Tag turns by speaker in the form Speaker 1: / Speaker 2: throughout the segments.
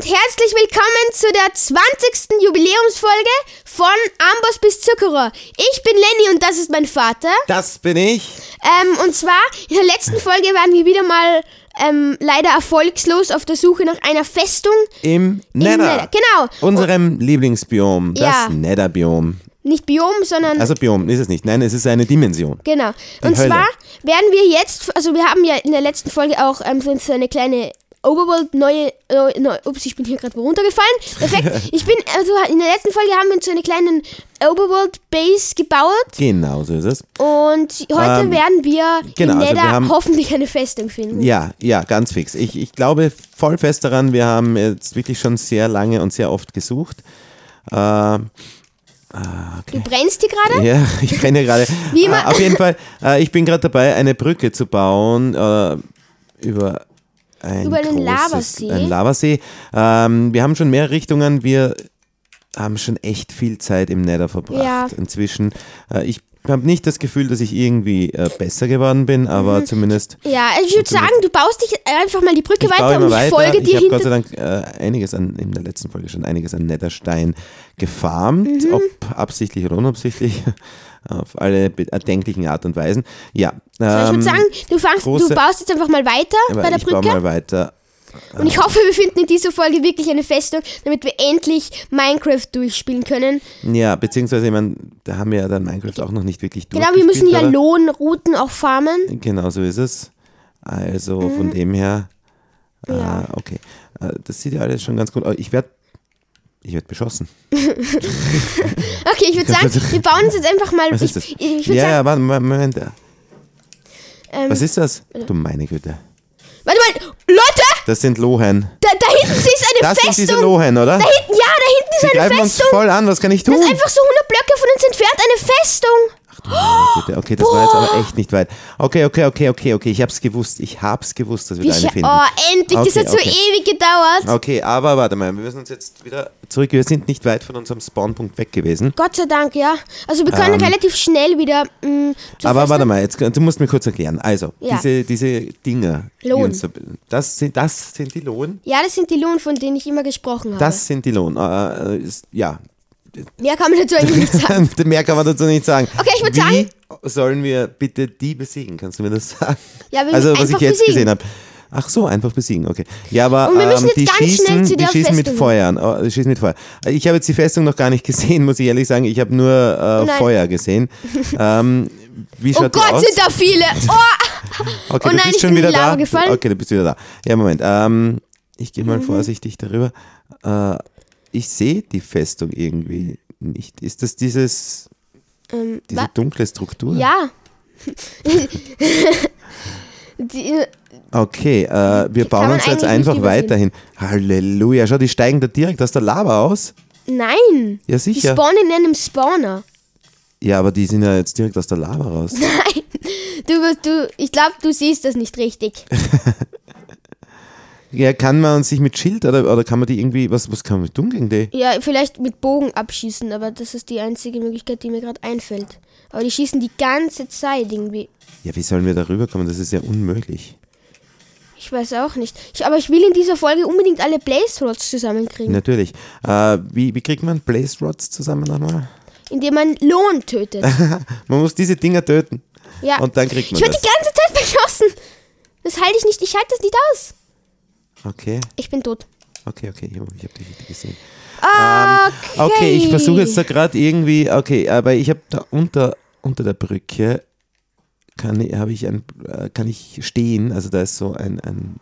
Speaker 1: herzlich willkommen zu der 20. Jubiläumsfolge von Amboss bis Zuckerer. Ich bin Lenny und das ist mein Vater.
Speaker 2: Das bin ich.
Speaker 1: Ähm, und zwar, in der letzten Folge waren wir wieder mal ähm, leider erfolgslos auf der Suche nach einer Festung.
Speaker 2: Im Nether.
Speaker 1: Nether, genau.
Speaker 2: Unserem Lieblingsbiom. Das
Speaker 1: Ja.
Speaker 2: Netherbiom.
Speaker 1: Nicht Biom, sondern
Speaker 2: Also Biom ist es nicht. Nein, es ist eine Dimension.
Speaker 1: Genau.
Speaker 2: Die
Speaker 1: und
Speaker 2: Hölle.
Speaker 1: zwar werden wir jetzt, also wir haben ja in der letzten Folge auch ähm, so so eine kleine Overworld neue, neu, neu, ups, ich bin hier gerade runtergefallen. Perfekt. ich bin, also in der letzten Folge haben wir uns so eine kleine Overworld Base gebaut
Speaker 2: Genau so ist es.
Speaker 1: und heute
Speaker 2: Ähm,
Speaker 1: werden wir
Speaker 2: genau,
Speaker 1: in
Speaker 2: also wir
Speaker 1: Nether
Speaker 2: haben-
Speaker 1: hoffentlich eine Festung finden.
Speaker 2: Ja, ja, ganz fix. Ich, ich glaube voll fest daran, wir haben jetzt wirklich schon sehr lange und sehr oft gesucht. Ähm,
Speaker 1: Du brennst die gerade?
Speaker 2: Ja, ich brenne gerade.
Speaker 1: Wie
Speaker 2: Äh,
Speaker 1: immer.
Speaker 2: auf jeden Fall, äh, ich bin gerade dabei, eine Brücke zu bauen äh, über ein
Speaker 1: Über den
Speaker 2: großes,
Speaker 1: Lavasee.
Speaker 2: Ein Lavasee. Ähm, wir haben schon mehr Richtungen. Wir haben schon echt viel Zeit im Nether verbracht
Speaker 1: Ja.
Speaker 2: inzwischen. Äh, ich habe nicht das Gefühl, dass ich irgendwie äh, besser geworden bin, aber zumindest
Speaker 1: Ja, also Mhm. ich würde sagen, du baust dich einfach mal die Brücke
Speaker 2: ich baue
Speaker 1: weiter und
Speaker 2: immer
Speaker 1: ich
Speaker 2: weiter.
Speaker 1: folge
Speaker 2: ich
Speaker 1: dir
Speaker 2: habe Gott sei
Speaker 1: hinter.
Speaker 2: Dank äh, einiges an, in der letzten Folge schon einiges an Netherstein gefarmt,
Speaker 1: Mhm.
Speaker 2: ob absichtlich oder unabsichtlich, auf alle be- erdenklichen Art und Weisen. Ja,
Speaker 1: Also ich
Speaker 2: ähm,
Speaker 1: würde sagen, du, fangst, du
Speaker 2: große-
Speaker 1: baust jetzt einfach mal weiter
Speaker 2: aber
Speaker 1: bei der
Speaker 2: ich baue
Speaker 1: Brücke.
Speaker 2: mal weiter.
Speaker 1: Und ich hoffe, wir finden in dieser Folge wirklich eine Festung, damit wir endlich Minecraft durchspielen können.
Speaker 2: Ja, beziehungsweise, ich meine, da haben wir ja dann Minecraft auch noch nicht wirklich
Speaker 1: Genau, wir müssen
Speaker 2: durchgespielt,
Speaker 1: ja
Speaker 2: oder?
Speaker 1: Lohnrouten auch farmen.
Speaker 2: Genau so ist es. Also von dem her,
Speaker 1: Mhm. Ja.
Speaker 2: äh, okay. Äh, das sieht ja alles schon ganz gut aus. Ich werde ich werd beschossen.
Speaker 1: Okay, ich würde sagen, wir bauen uns jetzt einfach mal.
Speaker 2: Was
Speaker 1: ich
Speaker 2: ist das?
Speaker 1: ich würde
Speaker 2: ja,
Speaker 1: sagen,
Speaker 2: ja, warte, Moment, Moment.
Speaker 1: ähm,
Speaker 2: Was ist das? Du meine Güte.
Speaker 1: warte mal, Leute,
Speaker 2: Das sind Lohen.
Speaker 1: da, da hinten ist eine
Speaker 2: Das
Speaker 1: Festung.
Speaker 2: sind diese Lohen, oder?
Speaker 1: da hinten, ja, da hinten ist
Speaker 2: Die
Speaker 1: eine
Speaker 2: greifen uns
Speaker 1: Festung.
Speaker 2: voll an, was kann ich tun?
Speaker 1: Das ist einfach so 100 Blöcke von uns entfernt eine Festung.
Speaker 2: Bitte, Okay, das war jetzt aber echt nicht weit. Okay, okay, okay, okay, okay, ich hab's gewusst. Ich hab's gewusst, dass wir da
Speaker 1: Ich,
Speaker 2: eine finden.
Speaker 1: oh, endlich, das
Speaker 2: Okay,
Speaker 1: hat so
Speaker 2: okay. Ah.
Speaker 1: ewig gedauert.
Speaker 2: Okay, aber warte mal, wir müssen uns jetzt wieder zurück. Wir sind nicht weit von unserem Spawnpunkt weg gewesen.
Speaker 1: Gott sei Dank, ja. Also wir können relativ schnell wieder mm, mh, zur
Speaker 2: Ähm. aber
Speaker 1: Festung-
Speaker 2: warte mal, jetzt, du musst mir kurz erklären. Also,
Speaker 1: Ja.
Speaker 2: diese, diese Dinge. die
Speaker 1: Lohen.
Speaker 2: uns so- Das sind, das sind die Lohn.
Speaker 1: Ja, das sind die Lohn, von denen ich immer gesprochen habe.
Speaker 2: Das sind die Lohn. Äh, ist, ja,
Speaker 1: Mehr kann man dazu eigentlich nicht sagen.
Speaker 2: mehr kann man dazu nicht sagen.
Speaker 1: Okay, ich würd
Speaker 2: Wie
Speaker 1: sagen-
Speaker 2: sollen wir bitte die besiegen? Kannst du mir das sagen?
Speaker 1: Ja, wir
Speaker 2: also, was
Speaker 1: einfach
Speaker 2: ich jetzt
Speaker 1: besiegen.
Speaker 2: gesehen habe. Ach so, einfach besiegen, okay. Ja, aber
Speaker 1: Und wir müssen
Speaker 2: ähm,
Speaker 1: jetzt
Speaker 2: die,
Speaker 1: ganz schnell
Speaker 2: schießen,
Speaker 1: zu
Speaker 2: die
Speaker 1: der
Speaker 2: schießen mit
Speaker 1: Festung.
Speaker 2: Feuern. Oh, die schießen mit Feuer. Ich habe jetzt die Festung noch gar nicht gesehen, muss ich ehrlich sagen. Ich habe nur äh,
Speaker 1: Nein.
Speaker 2: Feuer gesehen. ähm, wie
Speaker 1: Oh
Speaker 2: schaut die
Speaker 1: Gott,
Speaker 2: aus?
Speaker 1: sind da viele. Oh,
Speaker 2: Okay,
Speaker 1: Oh
Speaker 2: du
Speaker 1: nein,
Speaker 2: bist
Speaker 1: ich
Speaker 2: schon
Speaker 1: bin in
Speaker 2: wieder
Speaker 1: die Lava
Speaker 2: da.
Speaker 1: gefallen. Mhm.
Speaker 2: Okay, du bist wieder da. Ja, Moment. Ähm, ich gehe mal vorsichtig darüber. Äh, ich sehe die Festung irgendwie nicht. Ist das dieses diese
Speaker 1: Ähm, wa-
Speaker 2: dunkle Struktur?
Speaker 1: ja. die,
Speaker 2: Okay, äh, wir bauen
Speaker 1: man
Speaker 2: uns
Speaker 1: eigentlich
Speaker 2: jetzt
Speaker 1: nicht
Speaker 2: einfach
Speaker 1: übersehen.
Speaker 2: weiterhin. Halleluja. Schau, die steigen da direkt aus der Lava aus.
Speaker 1: nein.
Speaker 2: Ja,
Speaker 1: Die
Speaker 2: sicher.
Speaker 1: spawnen in einem Spawner.
Speaker 2: Ja, aber die sind ja jetzt direkt aus der Lava raus.
Speaker 1: Nein. Du, wirst- du, ich glaube, du siehst das nicht richtig.
Speaker 2: Ja, kann man sich mit Schild oder, oder kann man die irgendwie, was, was kann man tun gegen die?
Speaker 1: Ja, vielleicht mit Bogen abschießen, aber das ist die einzige Möglichkeit, die mir gerade einfällt. Aber die schießen die ganze Zeit irgendwie.
Speaker 2: Ja, wie sollen wir da rüberkommen? Das ist ja unmöglich.
Speaker 1: Ich weiß auch nicht. Ich, aber ich will in dieser Folge unbedingt alle Blaze Rods zusammenkriegen,
Speaker 2: Natürlich. Äh, wie, wie kriegt man Blaze Rods zusammen nochmal?
Speaker 1: indem man Lohn tötet.
Speaker 2: Man muss diese Dinger töten.
Speaker 1: Ja.
Speaker 2: Und dann kriegt man
Speaker 1: Ich werde
Speaker 2: das.
Speaker 1: die ganze Zeit beschossen. Das halte ich nicht. Ich halte das nicht aus.
Speaker 2: Okay,
Speaker 1: Ich bin tot.
Speaker 2: okay, okay. Ich habe dich richtig gesehen.
Speaker 1: Okay.
Speaker 2: Ähm, Okay, ich versuche jetzt da gerade irgendwie. Okay, aber ich habe da unter, unter der Brücke kann, ich- hab ich ein, äh, kann ich stehen. Also da ist so ein, ein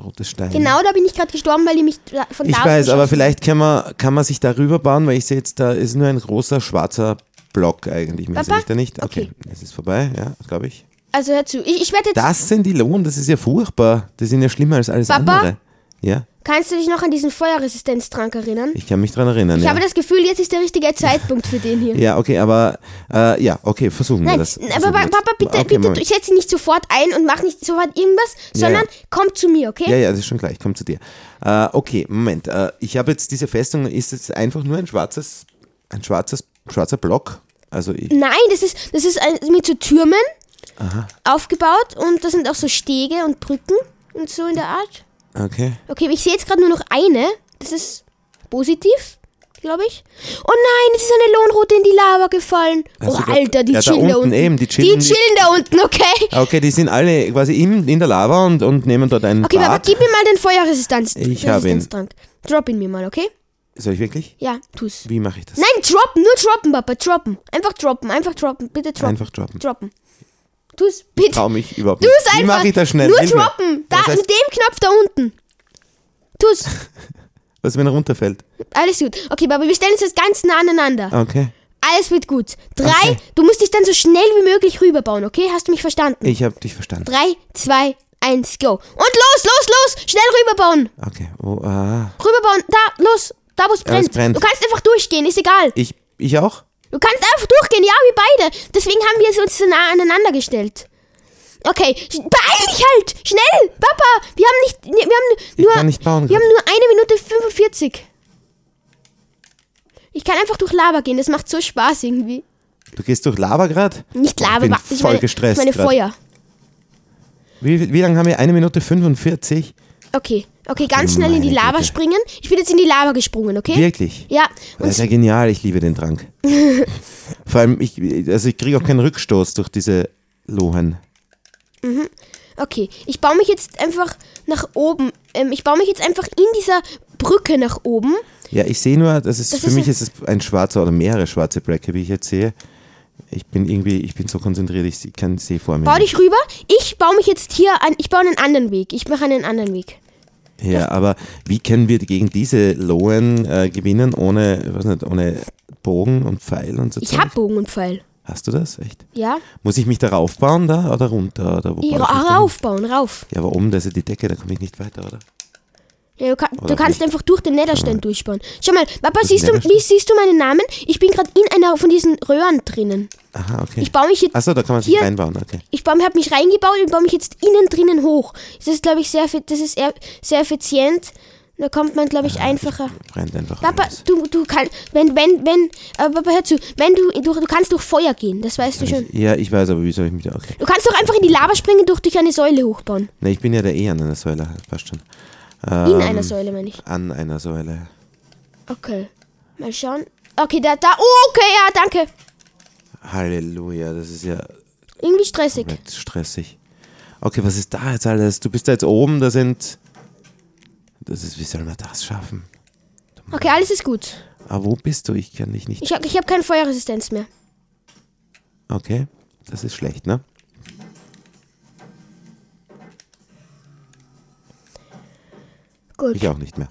Speaker 2: rotes Stein.
Speaker 1: Genau da bin ich gerade gestorben, weil die mich da- von da
Speaker 2: Ich
Speaker 1: aus
Speaker 2: weiß,
Speaker 1: geschossen
Speaker 2: aber vielleicht kann man, kann man sich darüber bauen, weil ich sehe jetzt, da ist nur ein großer schwarzer Block eigentlich. Mehr
Speaker 1: Papa?
Speaker 2: sehe ich da nicht. Okay,
Speaker 1: Okay.
Speaker 2: es ist vorbei, ja, glaube ich.
Speaker 1: haben. Also hör zu. Ich, ich werde jetzt.
Speaker 2: Das sind die Lohn, das ist ja furchtbar. Die sind ja schlimmer als alles
Speaker 1: Papa?
Speaker 2: andere. Ja,
Speaker 1: Kannst du dich noch an diesen Feuerresistenztrank erinnern? Ich,
Speaker 2: ich kann mich dran erinnern. ja.
Speaker 1: habe das Gefühl, jetzt ist der richtige Zeitpunkt für den hier.
Speaker 2: Ja, okay, aber äh, ja, okay, versuchen wir
Speaker 1: Nein,
Speaker 2: das.
Speaker 1: aber
Speaker 2: Versuchen wir
Speaker 1: Pa-
Speaker 2: das.
Speaker 1: Papa, bitte,
Speaker 2: okay,
Speaker 1: bitte,
Speaker 2: Moment.
Speaker 1: du- setz dich nicht sofort ein und mach nicht sofort irgendwas,
Speaker 2: Ja,
Speaker 1: sondern
Speaker 2: ja.
Speaker 1: komm zu mir, okay?
Speaker 2: Ja, ja, das ist schon klar, ich komme zu dir. Äh, okay, Moment. Äh, ich habe jetzt diese Festung, ist jetzt einfach nur ein schwarzes, ein schwarzes, schwarzer Block. Also ich,
Speaker 1: Nein, das ist, das ist ein, mit so Türmen aufgebaut und da sind auch so Stege und Brücken und so in der Art.
Speaker 2: okay.
Speaker 1: Okay, aber ich sehe jetzt gerade nur noch eine. Das ist positiv, glaube ich. Oh nein, es ist eine Lohnrute in die Lava gefallen.
Speaker 2: Hast
Speaker 1: oh,
Speaker 2: du grad-
Speaker 1: Alter, die
Speaker 2: ja, da
Speaker 1: chillen da
Speaker 2: unten
Speaker 1: unten.
Speaker 2: eben, die
Speaker 1: die
Speaker 2: chillen-
Speaker 1: chillen da unten, okay?
Speaker 2: Ah, Okay, die sind alle quasi in, in der Lava und, und nehmen dort einen
Speaker 1: Okay, Papa,
Speaker 2: Bad.
Speaker 1: gib mir mal den Feuerresistanz.
Speaker 2: Ich hab ihn.
Speaker 1: Resistenztrank. Drop ihn mir mal, okay?
Speaker 2: Soll ich wirklich?
Speaker 1: Ja, tu's.
Speaker 2: Wie mache ich das?
Speaker 1: Nein, droppen, nur droppen, Papa, droppen. Einfach droppen, einfach droppen, bitte droppen.
Speaker 2: Einfach droppen.
Speaker 1: Droppen. Tu's, bitte.
Speaker 2: Trau mich überhaupt
Speaker 1: Tu's
Speaker 2: nicht.
Speaker 1: einfach.
Speaker 2: Wie mache ich das schnell?
Speaker 1: Nur
Speaker 2: Hilf mir.
Speaker 1: droppen. Da,
Speaker 2: Das heißt-
Speaker 1: mit dem Knopf da unten. Tu's.
Speaker 2: Was, wenn er runterfällt?
Speaker 1: Alles gut. Okay, Papa, wir stellen uns jetzt ganz nah aneinander.
Speaker 2: Okay.
Speaker 1: Alles wird gut. Drei,
Speaker 2: Okay.
Speaker 1: du musst dich dann so schnell wie möglich rüberbauen, okay? Hast du mich verstanden?
Speaker 2: Ich habe dich verstanden.
Speaker 1: Drei, zwei, eins, go. Und los, los, los! Schnell rüberbauen!
Speaker 2: Okay. Oh, ah.
Speaker 1: Rüberbauen, da, los! Da, wo es
Speaker 2: Ja, wo's
Speaker 1: brennt.
Speaker 2: brennt.
Speaker 1: Du kannst einfach durchgehen, ist egal.
Speaker 2: Ich, ich auch?
Speaker 1: Du kannst einfach durchgehen, ja, wie beide. Deswegen haben wir uns so nah aneinander gestellt. Okay, sch- beeil dich halt! Schnell! Papa! Wir haben nicht. ne, Wir haben
Speaker 2: Ich
Speaker 1: nur,
Speaker 2: kann nicht bauen.
Speaker 1: wir haben nur eine Minute 45. Ich kann einfach durch Lava gehen, das macht so Spaß irgendwie.
Speaker 2: du gehst durch Lava gerade?
Speaker 1: Nicht
Speaker 2: Ich
Speaker 1: Lava,
Speaker 2: bin
Speaker 1: wa-
Speaker 2: voll
Speaker 1: ich meine,
Speaker 2: gestresst.
Speaker 1: ich meine
Speaker 2: grad.
Speaker 1: Feuer.
Speaker 2: Wie, wie lange haben wir? Eine Minute 45?
Speaker 1: Okay, okay, ganz
Speaker 2: du
Speaker 1: schnell in die
Speaker 2: meine
Speaker 1: Lava
Speaker 2: Güte.
Speaker 1: springen. Ich bin jetzt in die Lava gesprungen, okay?
Speaker 2: Wirklich?
Speaker 1: Ja,
Speaker 2: Das ist
Speaker 1: und
Speaker 2: ja genial, ich liebe den Trank. Vor allem, ich, also ich kriege auch keinen Rückstoß durch diese Lohen.
Speaker 1: okay, ich baue mich jetzt einfach nach oben. Ähm, ich baue mich jetzt einfach in dieser Brücke nach oben.
Speaker 2: Ja, ich sehe nur, das ist,
Speaker 1: Das
Speaker 2: für
Speaker 1: ist
Speaker 2: mich
Speaker 1: ein-
Speaker 2: ist es ein schwarzer oder mehrere schwarze Blöcke, wie ich jetzt sehe. Ich bin irgendwie, ich bin so konzentriert, ich se- kann sehe vor mir.
Speaker 1: Bau
Speaker 2: nicht.
Speaker 1: dich rüber. Ich baue mich jetzt hier an. Ich baue einen anderen Weg. Ich mache einen anderen Weg.
Speaker 2: Ja, aber wie können wir gegen diese Lohen äh, gewinnen, ohne, ich weiß nicht, ohne Bogen und Pfeil und so?
Speaker 1: Ich
Speaker 2: Zeug?
Speaker 1: habe Bogen und Pfeil.
Speaker 2: Hast du das? Echt?
Speaker 1: Ja?
Speaker 2: Muss ich mich da raufbauen da oder runter? Oder wo baue
Speaker 1: Ich,
Speaker 2: ich mich da hin?
Speaker 1: rauf, bauen, rauf.
Speaker 2: Ja, aber oben, da ist ja die Decke, da komme ich nicht weiter, oder?
Speaker 1: Ja, du, kann, du
Speaker 2: Oder
Speaker 1: kannst
Speaker 2: nicht.
Speaker 1: einfach durch den Netherstein durchbauen. Schau mal, Papa, siehst du,
Speaker 2: Netherstein?
Speaker 1: wie siehst du meinen Namen? Ich bin gerade in einer von diesen Röhren drinnen.
Speaker 2: Aha, okay.
Speaker 1: Ich baue mich jetzt.
Speaker 2: Achso, da kann man sich
Speaker 1: Hier-
Speaker 2: reinbauen, okay.
Speaker 1: Ich baue, habe mich reingebaut und baue mich jetzt innen drinnen hoch. Das ist, glaube ich, sehr, effi- das ist eher- sehr effizient. Da kommt man, glaube ich, einfacher.
Speaker 2: Brennt einfach.
Speaker 1: Papa,
Speaker 2: alles.
Speaker 1: du, du kannst, wenn, wenn, wenn, aber Papa, hör zu, wenn du, du, du kannst durch Feuer gehen, das weißt du schon.
Speaker 2: Ja, ich weiß, aber wie soll ich mich da. Okay.
Speaker 1: Du kannst doch einfach in die Lava springen, durch dich eine Säule hochbauen.
Speaker 2: Ne, ich bin ja da eh an einer Säule, das passt schon.
Speaker 1: In
Speaker 2: Ähm,
Speaker 1: einer Säule, meine ich.
Speaker 2: An einer Säule.
Speaker 1: Okay. Mal schauen. Okay, da, da. Oh, okay, ja, danke.
Speaker 2: Halleluja, das ist ja
Speaker 1: Irgendwie stressig.
Speaker 2: komplett stressig. Okay, was ist da jetzt alles? Du bist da jetzt oben, da sind. Das ist, wie soll man das schaffen?
Speaker 1: Okay, alles ist gut.
Speaker 2: Ah, wo bist du? Ich kann dich nicht.
Speaker 1: Ich, hab- ich habe keine Feuerresistenz mehr.
Speaker 2: Okay, das ist schlecht, ne?
Speaker 1: Gut.
Speaker 2: Ich auch nicht mehr.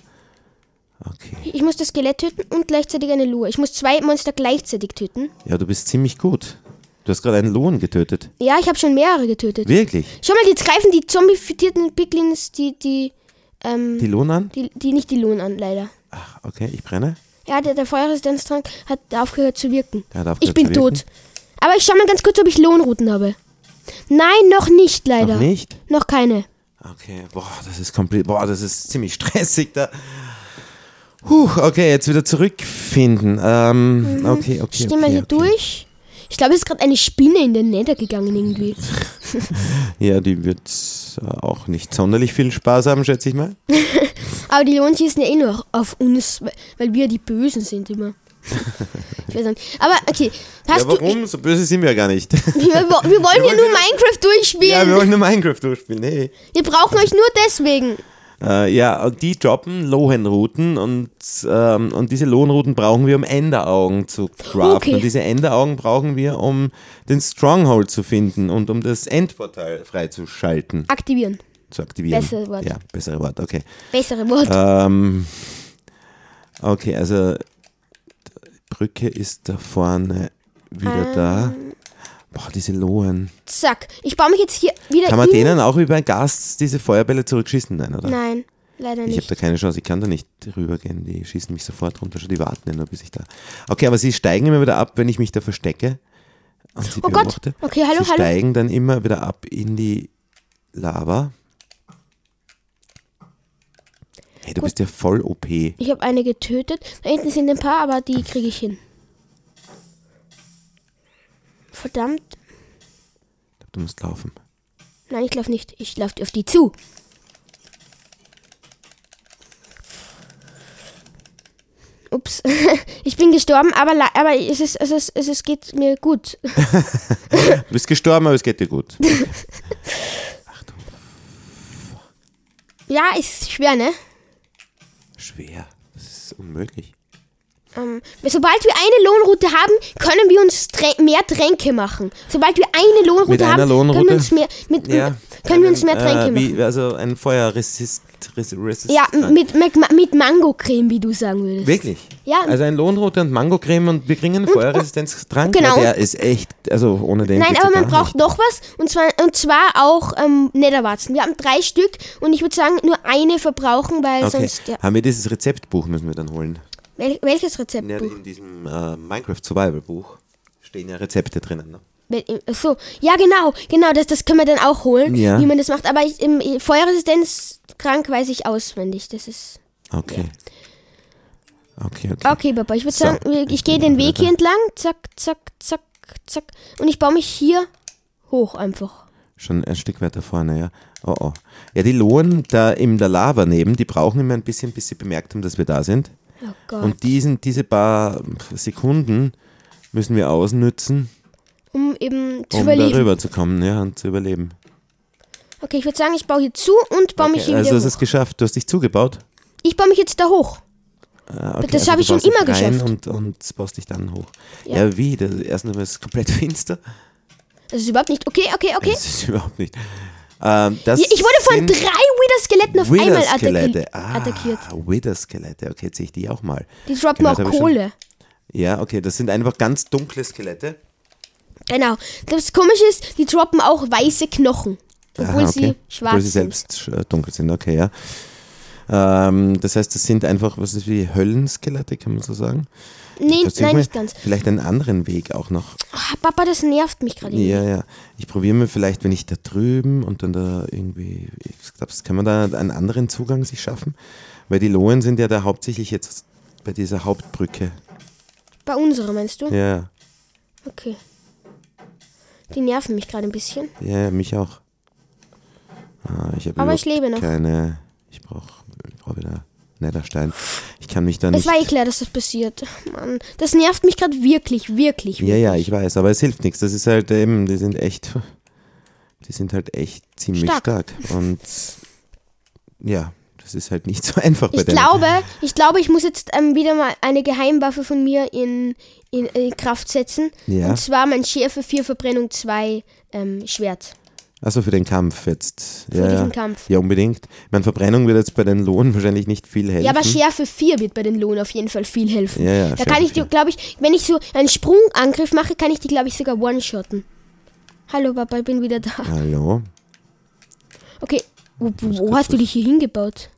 Speaker 2: Okay.
Speaker 1: Ich muss das Skelett töten und gleichzeitig eine Lua. Ich muss zwei Monster gleichzeitig töten.
Speaker 2: Ja, du bist ziemlich gut. Du hast gerade einen Lohn getötet.
Speaker 1: Ja, ich habe schon mehrere getötet.
Speaker 2: Wirklich?
Speaker 1: Schau mal, jetzt greifen die zombifizierten Piglins die, die, ähm,
Speaker 2: Die Lohn an?
Speaker 1: die, die, nicht die Lohn an, leider.
Speaker 2: Ach, okay, ich brenne.
Speaker 1: Ja, der, der Feuerresistenztrank hat aufgehört zu wirken.
Speaker 2: Der hat aufgehört
Speaker 1: ich bin
Speaker 2: zu wirken.
Speaker 1: tot. Aber ich schau mal ganz kurz, ob ich Lohnrouten habe. Nein, noch nicht, leider.
Speaker 2: Noch nicht?
Speaker 1: Noch keine.
Speaker 2: Okay, boah, das ist komplett, boah, das ist ziemlich stressig da. Huch, okay, jetzt wieder zurückfinden. Ähm,
Speaker 1: Mhm. Ich
Speaker 2: okay, okay. okay,
Speaker 1: gehe mal hier
Speaker 2: okay.
Speaker 1: durch. Ich glaube, es ist gerade eine Spinne in den Nether gegangen irgendwie.
Speaker 2: Ja, die wird äh, auch nicht sonderlich viel Spaß haben, schätze ich mal.
Speaker 1: Aber die Lohn schießen ja eh nur auf uns, weil- weil wir die Bösen sind immer. ich weiß nicht. Aber okay, hast
Speaker 2: ja, warum? So böse sind wir ja gar nicht.
Speaker 1: du. Wir, wo- wir wollen ja nur Minecraft
Speaker 2: ja, wir
Speaker 1: durchspielen.
Speaker 2: wollen nur Minecraft durchspielen, hey.
Speaker 1: wir brauchen euch nur deswegen.
Speaker 2: Äh, ja, und die droppen Lohenrouten und, ähm, und diese Lohenrouten brauchen wir, um Enderaugen zu craften.
Speaker 1: Okay.
Speaker 2: Und diese Enderaugen brauchen wir, um den Stronghold zu finden und um das Endportal freizuschalten.
Speaker 1: Aktivieren.
Speaker 2: zu aktivieren.
Speaker 1: Besseres Wort.
Speaker 2: Ja, bessere Wort, okay.
Speaker 1: Bessere Worte.
Speaker 2: Ähm, okay, also d- Brücke ist da vorne wieder
Speaker 1: Ähm.
Speaker 2: da. Boah, diese Lohen.
Speaker 1: Zack. Ich baue mich jetzt hier wieder
Speaker 2: Kann man
Speaker 1: in.
Speaker 2: denen auch wie bei Gas diese Feuerbälle zurückschießen? Nein, oder?
Speaker 1: Nein, leider
Speaker 2: Ich habe
Speaker 1: nicht.
Speaker 2: da keine Chance, ich kann da nicht rübergehen. Die schießen mich sofort runter, schon die warten ja nur, bis ich da. Okay, aber sie steigen immer wieder ab, wenn ich mich da verstecke. Und sie
Speaker 1: Oh Gott.
Speaker 2: beobachte.
Speaker 1: Okay, hallo,
Speaker 2: sie
Speaker 1: hallo.
Speaker 2: steigen dann immer wieder ab in die Lava. Hey, du bist ja voll OP.
Speaker 1: Ich habe eine getötet. Da hinten sind ein paar, aber die kriege ich hin. Verdammt.
Speaker 2: Du musst laufen.
Speaker 1: Nein, ich laufe nicht. Ich laufe auf die zu. Ups, ich bin gestorben, aber, le- aber es, ist, es, ist, es ist, geht mir gut.
Speaker 2: Du bist gestorben, aber es geht dir gut.
Speaker 1: Ja, ist schwer, ne?
Speaker 2: Schwer. Das ist unmöglich.
Speaker 1: Ähm, sobald wir eine Lohnroute haben, können wir uns Trä- mehr Tränke machen. Sobald wir eine Lohnroute
Speaker 2: Mit einer
Speaker 1: haben, können
Speaker 2: Lohnroute?
Speaker 1: wir uns mehr, mit,
Speaker 2: Ja.
Speaker 1: können wir uns mehr
Speaker 2: Äh,
Speaker 1: Tränke machen.
Speaker 2: wie, also ein Feuerresist. Res, resistant.
Speaker 1: Ja, mit, mit, mit Mango-Creme, wie du sagen würdest.
Speaker 2: Wirklich?
Speaker 1: Ja.
Speaker 2: Also ein Lohnrote und Mangocreme und wir kriegen einen Feuerresistenztrank.
Speaker 1: genau.
Speaker 2: weil Der ist echt, also ohne den
Speaker 1: Nein,
Speaker 2: geht's
Speaker 1: aber
Speaker 2: ja
Speaker 1: man
Speaker 2: gar
Speaker 1: braucht noch was und zwar, und zwar auch ähm, Netterwarzen. Wir haben drei Stück und ich würde sagen, nur eine verbrauchen, weil
Speaker 2: nicht. Okay. Ah.
Speaker 1: sonst. Ja.
Speaker 2: Haben wir dieses Rezeptbuch, müssen wir dann holen.
Speaker 1: Wel welches Rezept?
Speaker 2: Ja, in diesem äh, Minecraft Survival Buch stehen ja Rezepte drinnen. Ne?
Speaker 1: Wel äh, ach so, ja, genau, genau, das, das können wir dann auch holen,
Speaker 2: Ja.
Speaker 1: wie man das macht. Aber ich, im im Feuerresistenzkrank weiß ich auswendig. Das ist.
Speaker 2: Okay. Okay, okay.
Speaker 1: Okay, Papa, ich würde
Speaker 2: So,
Speaker 1: sagen, wir- ich
Speaker 2: bin
Speaker 1: gehe den
Speaker 2: wieder
Speaker 1: Weg hier entlang. Zack, zack, zack, zack. Und ich baue mich hier hoch einfach.
Speaker 2: Schon ein Stück weiter vorne, ja. Oh, oh. Ja, die Lohen da im der Lava neben, die brauchen immer ein bisschen, bis sie bemerkt haben, dass wir da sind.
Speaker 1: Oh Gott.
Speaker 2: Und diesen, diese paar Sekunden müssen wir ausnützen,
Speaker 1: um eben zu
Speaker 2: um
Speaker 1: überleben.
Speaker 2: da rüber zu kommen ja, und zu überleben.
Speaker 1: Okay, ich würde sagen, ich baue hier zu und baue mich
Speaker 2: Okay,
Speaker 1: hier
Speaker 2: also hast
Speaker 1: wieder
Speaker 2: du
Speaker 1: hoch.
Speaker 2: es geschafft, du hast dich zugebaut.
Speaker 1: Ich baue mich jetzt da hoch.
Speaker 2: Ah, okay,
Speaker 1: Das habe
Speaker 2: du
Speaker 1: ich schon
Speaker 2: baust dich
Speaker 1: immer
Speaker 2: rein
Speaker 1: geschafft.
Speaker 2: Und, und baust dich dann hoch. Ja,
Speaker 1: Ja.
Speaker 2: wie? Das, erstens mal ist es komplett finster.
Speaker 1: Das ist überhaupt nicht. Okay, okay, okay.
Speaker 2: Das ist überhaupt nicht. Ähm, das
Speaker 1: Ja, ich wurde von
Speaker 2: sind
Speaker 1: drei Wither-Skeletten auf einmal attacki
Speaker 2: Wither-Skelette. Ah,
Speaker 1: attackiert.
Speaker 2: Wither-Skelette. Okay, jetzt sehe ich die auch mal.
Speaker 1: Die droppen
Speaker 2: Genau,
Speaker 1: auch
Speaker 2: das hab ich schon-
Speaker 1: Kohle.
Speaker 2: Ja, okay, das sind einfach ganz dunkle Skelette.
Speaker 1: Genau. Das Komische ist, die droppen auch weiße Knochen. Obwohl
Speaker 2: Aha, okay.
Speaker 1: sie schwarz
Speaker 2: Obwohl sie
Speaker 1: sind.
Speaker 2: selbst sch- äh, dunkel sind, okay, ja. Ähm, das heißt, das sind einfach, was ist wie Höllenskelette, kann man so sagen?
Speaker 1: Nee,
Speaker 2: Versuchen
Speaker 1: nein,
Speaker 2: wir
Speaker 1: nicht ganz.
Speaker 2: Vielleicht einen anderen Weg auch noch.
Speaker 1: Ah, Papa, das nervt mich gerade.
Speaker 2: Ja, ja. Ich probiere mir vielleicht, wenn ich da drüben und dann da irgendwie, ich glaube, kann man da einen anderen Zugang sich schaffen? Weil die Lohen sind ja da hauptsächlich jetzt bei dieser Hauptbrücke.
Speaker 1: Bei unserer, meinst du?
Speaker 2: Ja,
Speaker 1: Okay. Die nerven mich gerade ein bisschen.
Speaker 2: ja, ja, mich auch. Ah, ich habe
Speaker 1: Aber ich
Speaker 2: überhaupt
Speaker 1: lebe noch.
Speaker 2: Keine, ich brauche ich brauch wieder Netherstein. Ich kann mich da
Speaker 1: Es
Speaker 2: nicht.
Speaker 1: war eh klar, dass das passiert. Mann, das nervt mich gerade wirklich, wirklich.
Speaker 2: Ja, ja, ich weiß, aber es hilft nichts. Das ist halt eben, die sind echt, die sind halt echt ziemlich stark.
Speaker 1: Stark.
Speaker 2: Und ja, das ist halt nicht so einfach bei
Speaker 1: Ich
Speaker 2: denen.
Speaker 1: glaube, ich glaube, ich muss jetzt ähm, wieder mal eine Geheimwaffe von mir in, in, in Kraft setzen.
Speaker 2: Ja.
Speaker 1: Und zwar mein Schärfe 4 Verbrennung 2 ähm, Schwert.
Speaker 2: Achso, für den Kampf jetzt.
Speaker 1: Für
Speaker 2: ja,
Speaker 1: diesen
Speaker 2: ja.
Speaker 1: Kampf.
Speaker 2: Ja, unbedingt. Ich meine, Verbrennung wird jetzt bei den Lohn wahrscheinlich nicht viel helfen.
Speaker 1: Ja, aber Schärfe 4 wird bei den Lohn auf jeden Fall viel helfen.
Speaker 2: Ja, ja,
Speaker 1: da kann
Speaker 2: Schärfe
Speaker 1: ich dir, glaube ich, wenn ich so einen Sprungangriff mache, kann ich die, glaube ich, sogar one-shotten. Hallo Papa, ich bin wieder da.
Speaker 2: Hallo?
Speaker 1: Okay, wo, wo hast du dich hier hingebaut?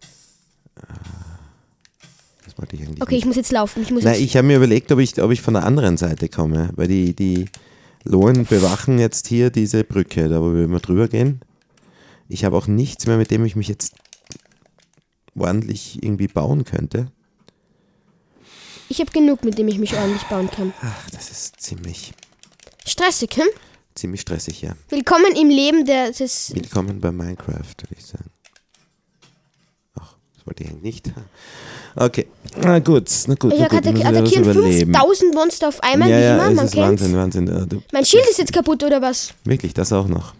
Speaker 2: Das wollte ich eigentlich
Speaker 1: Okay, ich
Speaker 2: nicht.
Speaker 1: muss jetzt laufen. Ich muss
Speaker 2: Nein,
Speaker 1: jetzt,
Speaker 2: ich habe mir überlegt, ob ich, ob ich von der anderen Seite komme, weil die, die Lohn bewachen jetzt hier diese Brücke, da wo wir immer drüber gehen. Ich habe auch nichts mehr, mit dem ich mich jetzt ordentlich irgendwie bauen könnte.
Speaker 1: ich habe genug, mit dem ich mich ordentlich bauen kann.
Speaker 2: Ach, das ist ziemlich,
Speaker 1: Stressig, hm?
Speaker 2: ziemlich stressig, ja.
Speaker 1: Willkommen im Leben der, des
Speaker 2: Willkommen bei Minecraft, würde ich sagen. Ach, das wollte ich eigentlich nicht. Okay, na gut, na gut,
Speaker 1: Ich
Speaker 2: na gut.
Speaker 1: attack
Speaker 2: muss wieder was
Speaker 1: attackieren
Speaker 2: überleben.
Speaker 1: 5000 Monster auf einmal,
Speaker 2: ja,
Speaker 1: wie
Speaker 2: ja,
Speaker 1: immer,
Speaker 2: es
Speaker 1: man
Speaker 2: ist
Speaker 1: kennt's.
Speaker 2: Wahnsinn, Wahnsinn. Äh, du,
Speaker 1: Mein Schild ist jetzt kaputt, oder was?
Speaker 2: wirklich, das auch noch.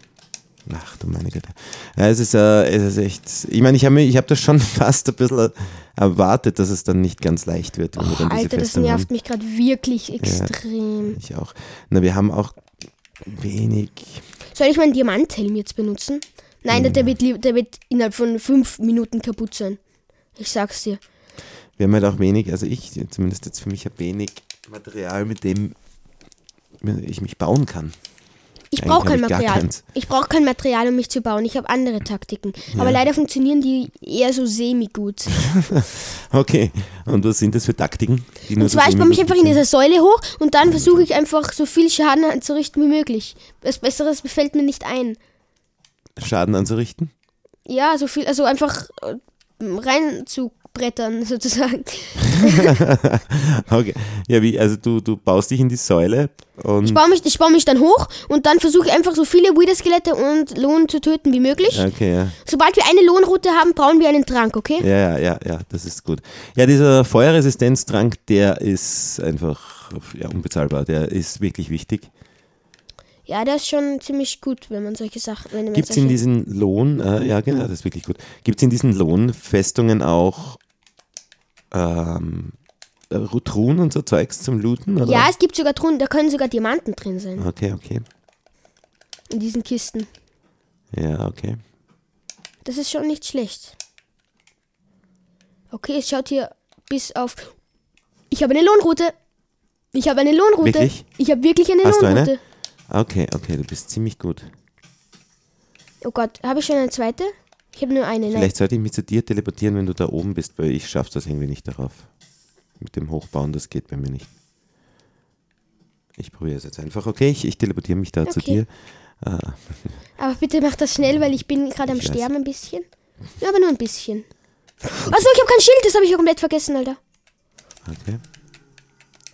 Speaker 2: Ach du meine Güte. Ja, es, ist, äh, es ist echt, ich meine, ich habe mir- ich hab das schon fast ein bisschen erwartet, dass es dann nicht ganz leicht wird. Wenn wir dann diese
Speaker 1: Alter, das
Speaker 2: Festung haben.
Speaker 1: nervt mich gerade wirklich extrem.
Speaker 2: Ich auch. Na, wir haben auch wenig.
Speaker 1: Soll ich meinen Diamanthelm jetzt benutzen? Nein,
Speaker 2: Hm.
Speaker 1: der, der, wird, lieb- der wird innerhalb von 5 Minuten kaputt sein. Ich sag's dir.
Speaker 2: Wir haben halt auch wenig, also ich zumindest jetzt für mich habe wenig Material, mit dem ich mich bauen kann.
Speaker 1: Ich
Speaker 2: Eigentlich
Speaker 1: brauche kein
Speaker 2: hab ich gar
Speaker 1: Material.
Speaker 2: keins.
Speaker 1: Ich brauche kein Material, um mich zu bauen. Ich habe andere Taktiken. Aber leider funktionieren die eher so semi-gut.
Speaker 2: Okay, und was sind das für Taktiken? die nur
Speaker 1: Und
Speaker 2: so
Speaker 1: zwar, ich baue mich
Speaker 2: semi-gut
Speaker 1: einfach in
Speaker 2: sind?
Speaker 1: dieser Säule hoch und dann versuche ich einfach so viel Schaden anzurichten wie möglich. Was Besseres fällt mir nicht ein.
Speaker 2: Schaden anzurichten?
Speaker 1: Ja, so viel, also einfach äh, rein zu brettern, sozusagen.
Speaker 2: Hm. Okay. Ja, wie, also du, du baust dich in die Säule
Speaker 1: Ich
Speaker 2: und.
Speaker 1: baue mich, ich baue mich dann hoch und dann versuche ich einfach so viele Wither-Skelette und Lohn zu töten wie möglich.
Speaker 2: Okay, ja.
Speaker 1: Sobald wir eine Lohnroute haben, brauen wir einen Trank, okay?
Speaker 2: Ja, ja, ja, ja, das ist gut. Ja, dieser Feuerresistenztrank, der ist einfach ja, unbezahlbar. Der ist wirklich wichtig.
Speaker 1: Ja, das ist schon ziemlich gut, wenn man solche Sachen. Wenn man
Speaker 2: Gibt es
Speaker 1: solche,
Speaker 2: in diesen Lohn, äh, ja genau, das ist wirklich gut. Gibt es in diesen Lohnfestungen auch ähm, äh, Truhen und so Zeugs zum Looten? Oder?
Speaker 1: ja, es gibt sogar Truhen, da können sogar Diamanten drin sein.
Speaker 2: Okay, okay.
Speaker 1: In diesen Kisten.
Speaker 2: Ja, okay.
Speaker 1: Das ist schon nicht schlecht. Okay, es schaut hier bis auf. Ich habe eine Lohnroute. Ich habe eine Lohnroute.
Speaker 2: Wirklich?
Speaker 1: Ich habe wirklich eine
Speaker 2: Hast du eine?
Speaker 1: Lohnroute.
Speaker 2: Okay, okay, du bist ziemlich gut.
Speaker 1: Oh Gott, habe ich schon eine zweite? Ich habe nur eine. Nein.
Speaker 2: Vielleicht sollte ich mich zu dir teleportieren, wenn du da oben bist, weil ich schaff das irgendwie nicht darauf. Mit dem Hochbauen, das geht bei mir nicht. Ich probiere es jetzt einfach. Okay, ich, ich teleportiere mich da zu
Speaker 1: Okay.
Speaker 2: dir.
Speaker 1: Aber bitte mach das schnell, weil ich bin gerade am
Speaker 2: Ich weiß.
Speaker 1: Sterben ein bisschen. Ja, aber nur ein bisschen. Achso, ich habe kein Schild, das habe ich ja komplett vergessen, Alter.
Speaker 2: Okay.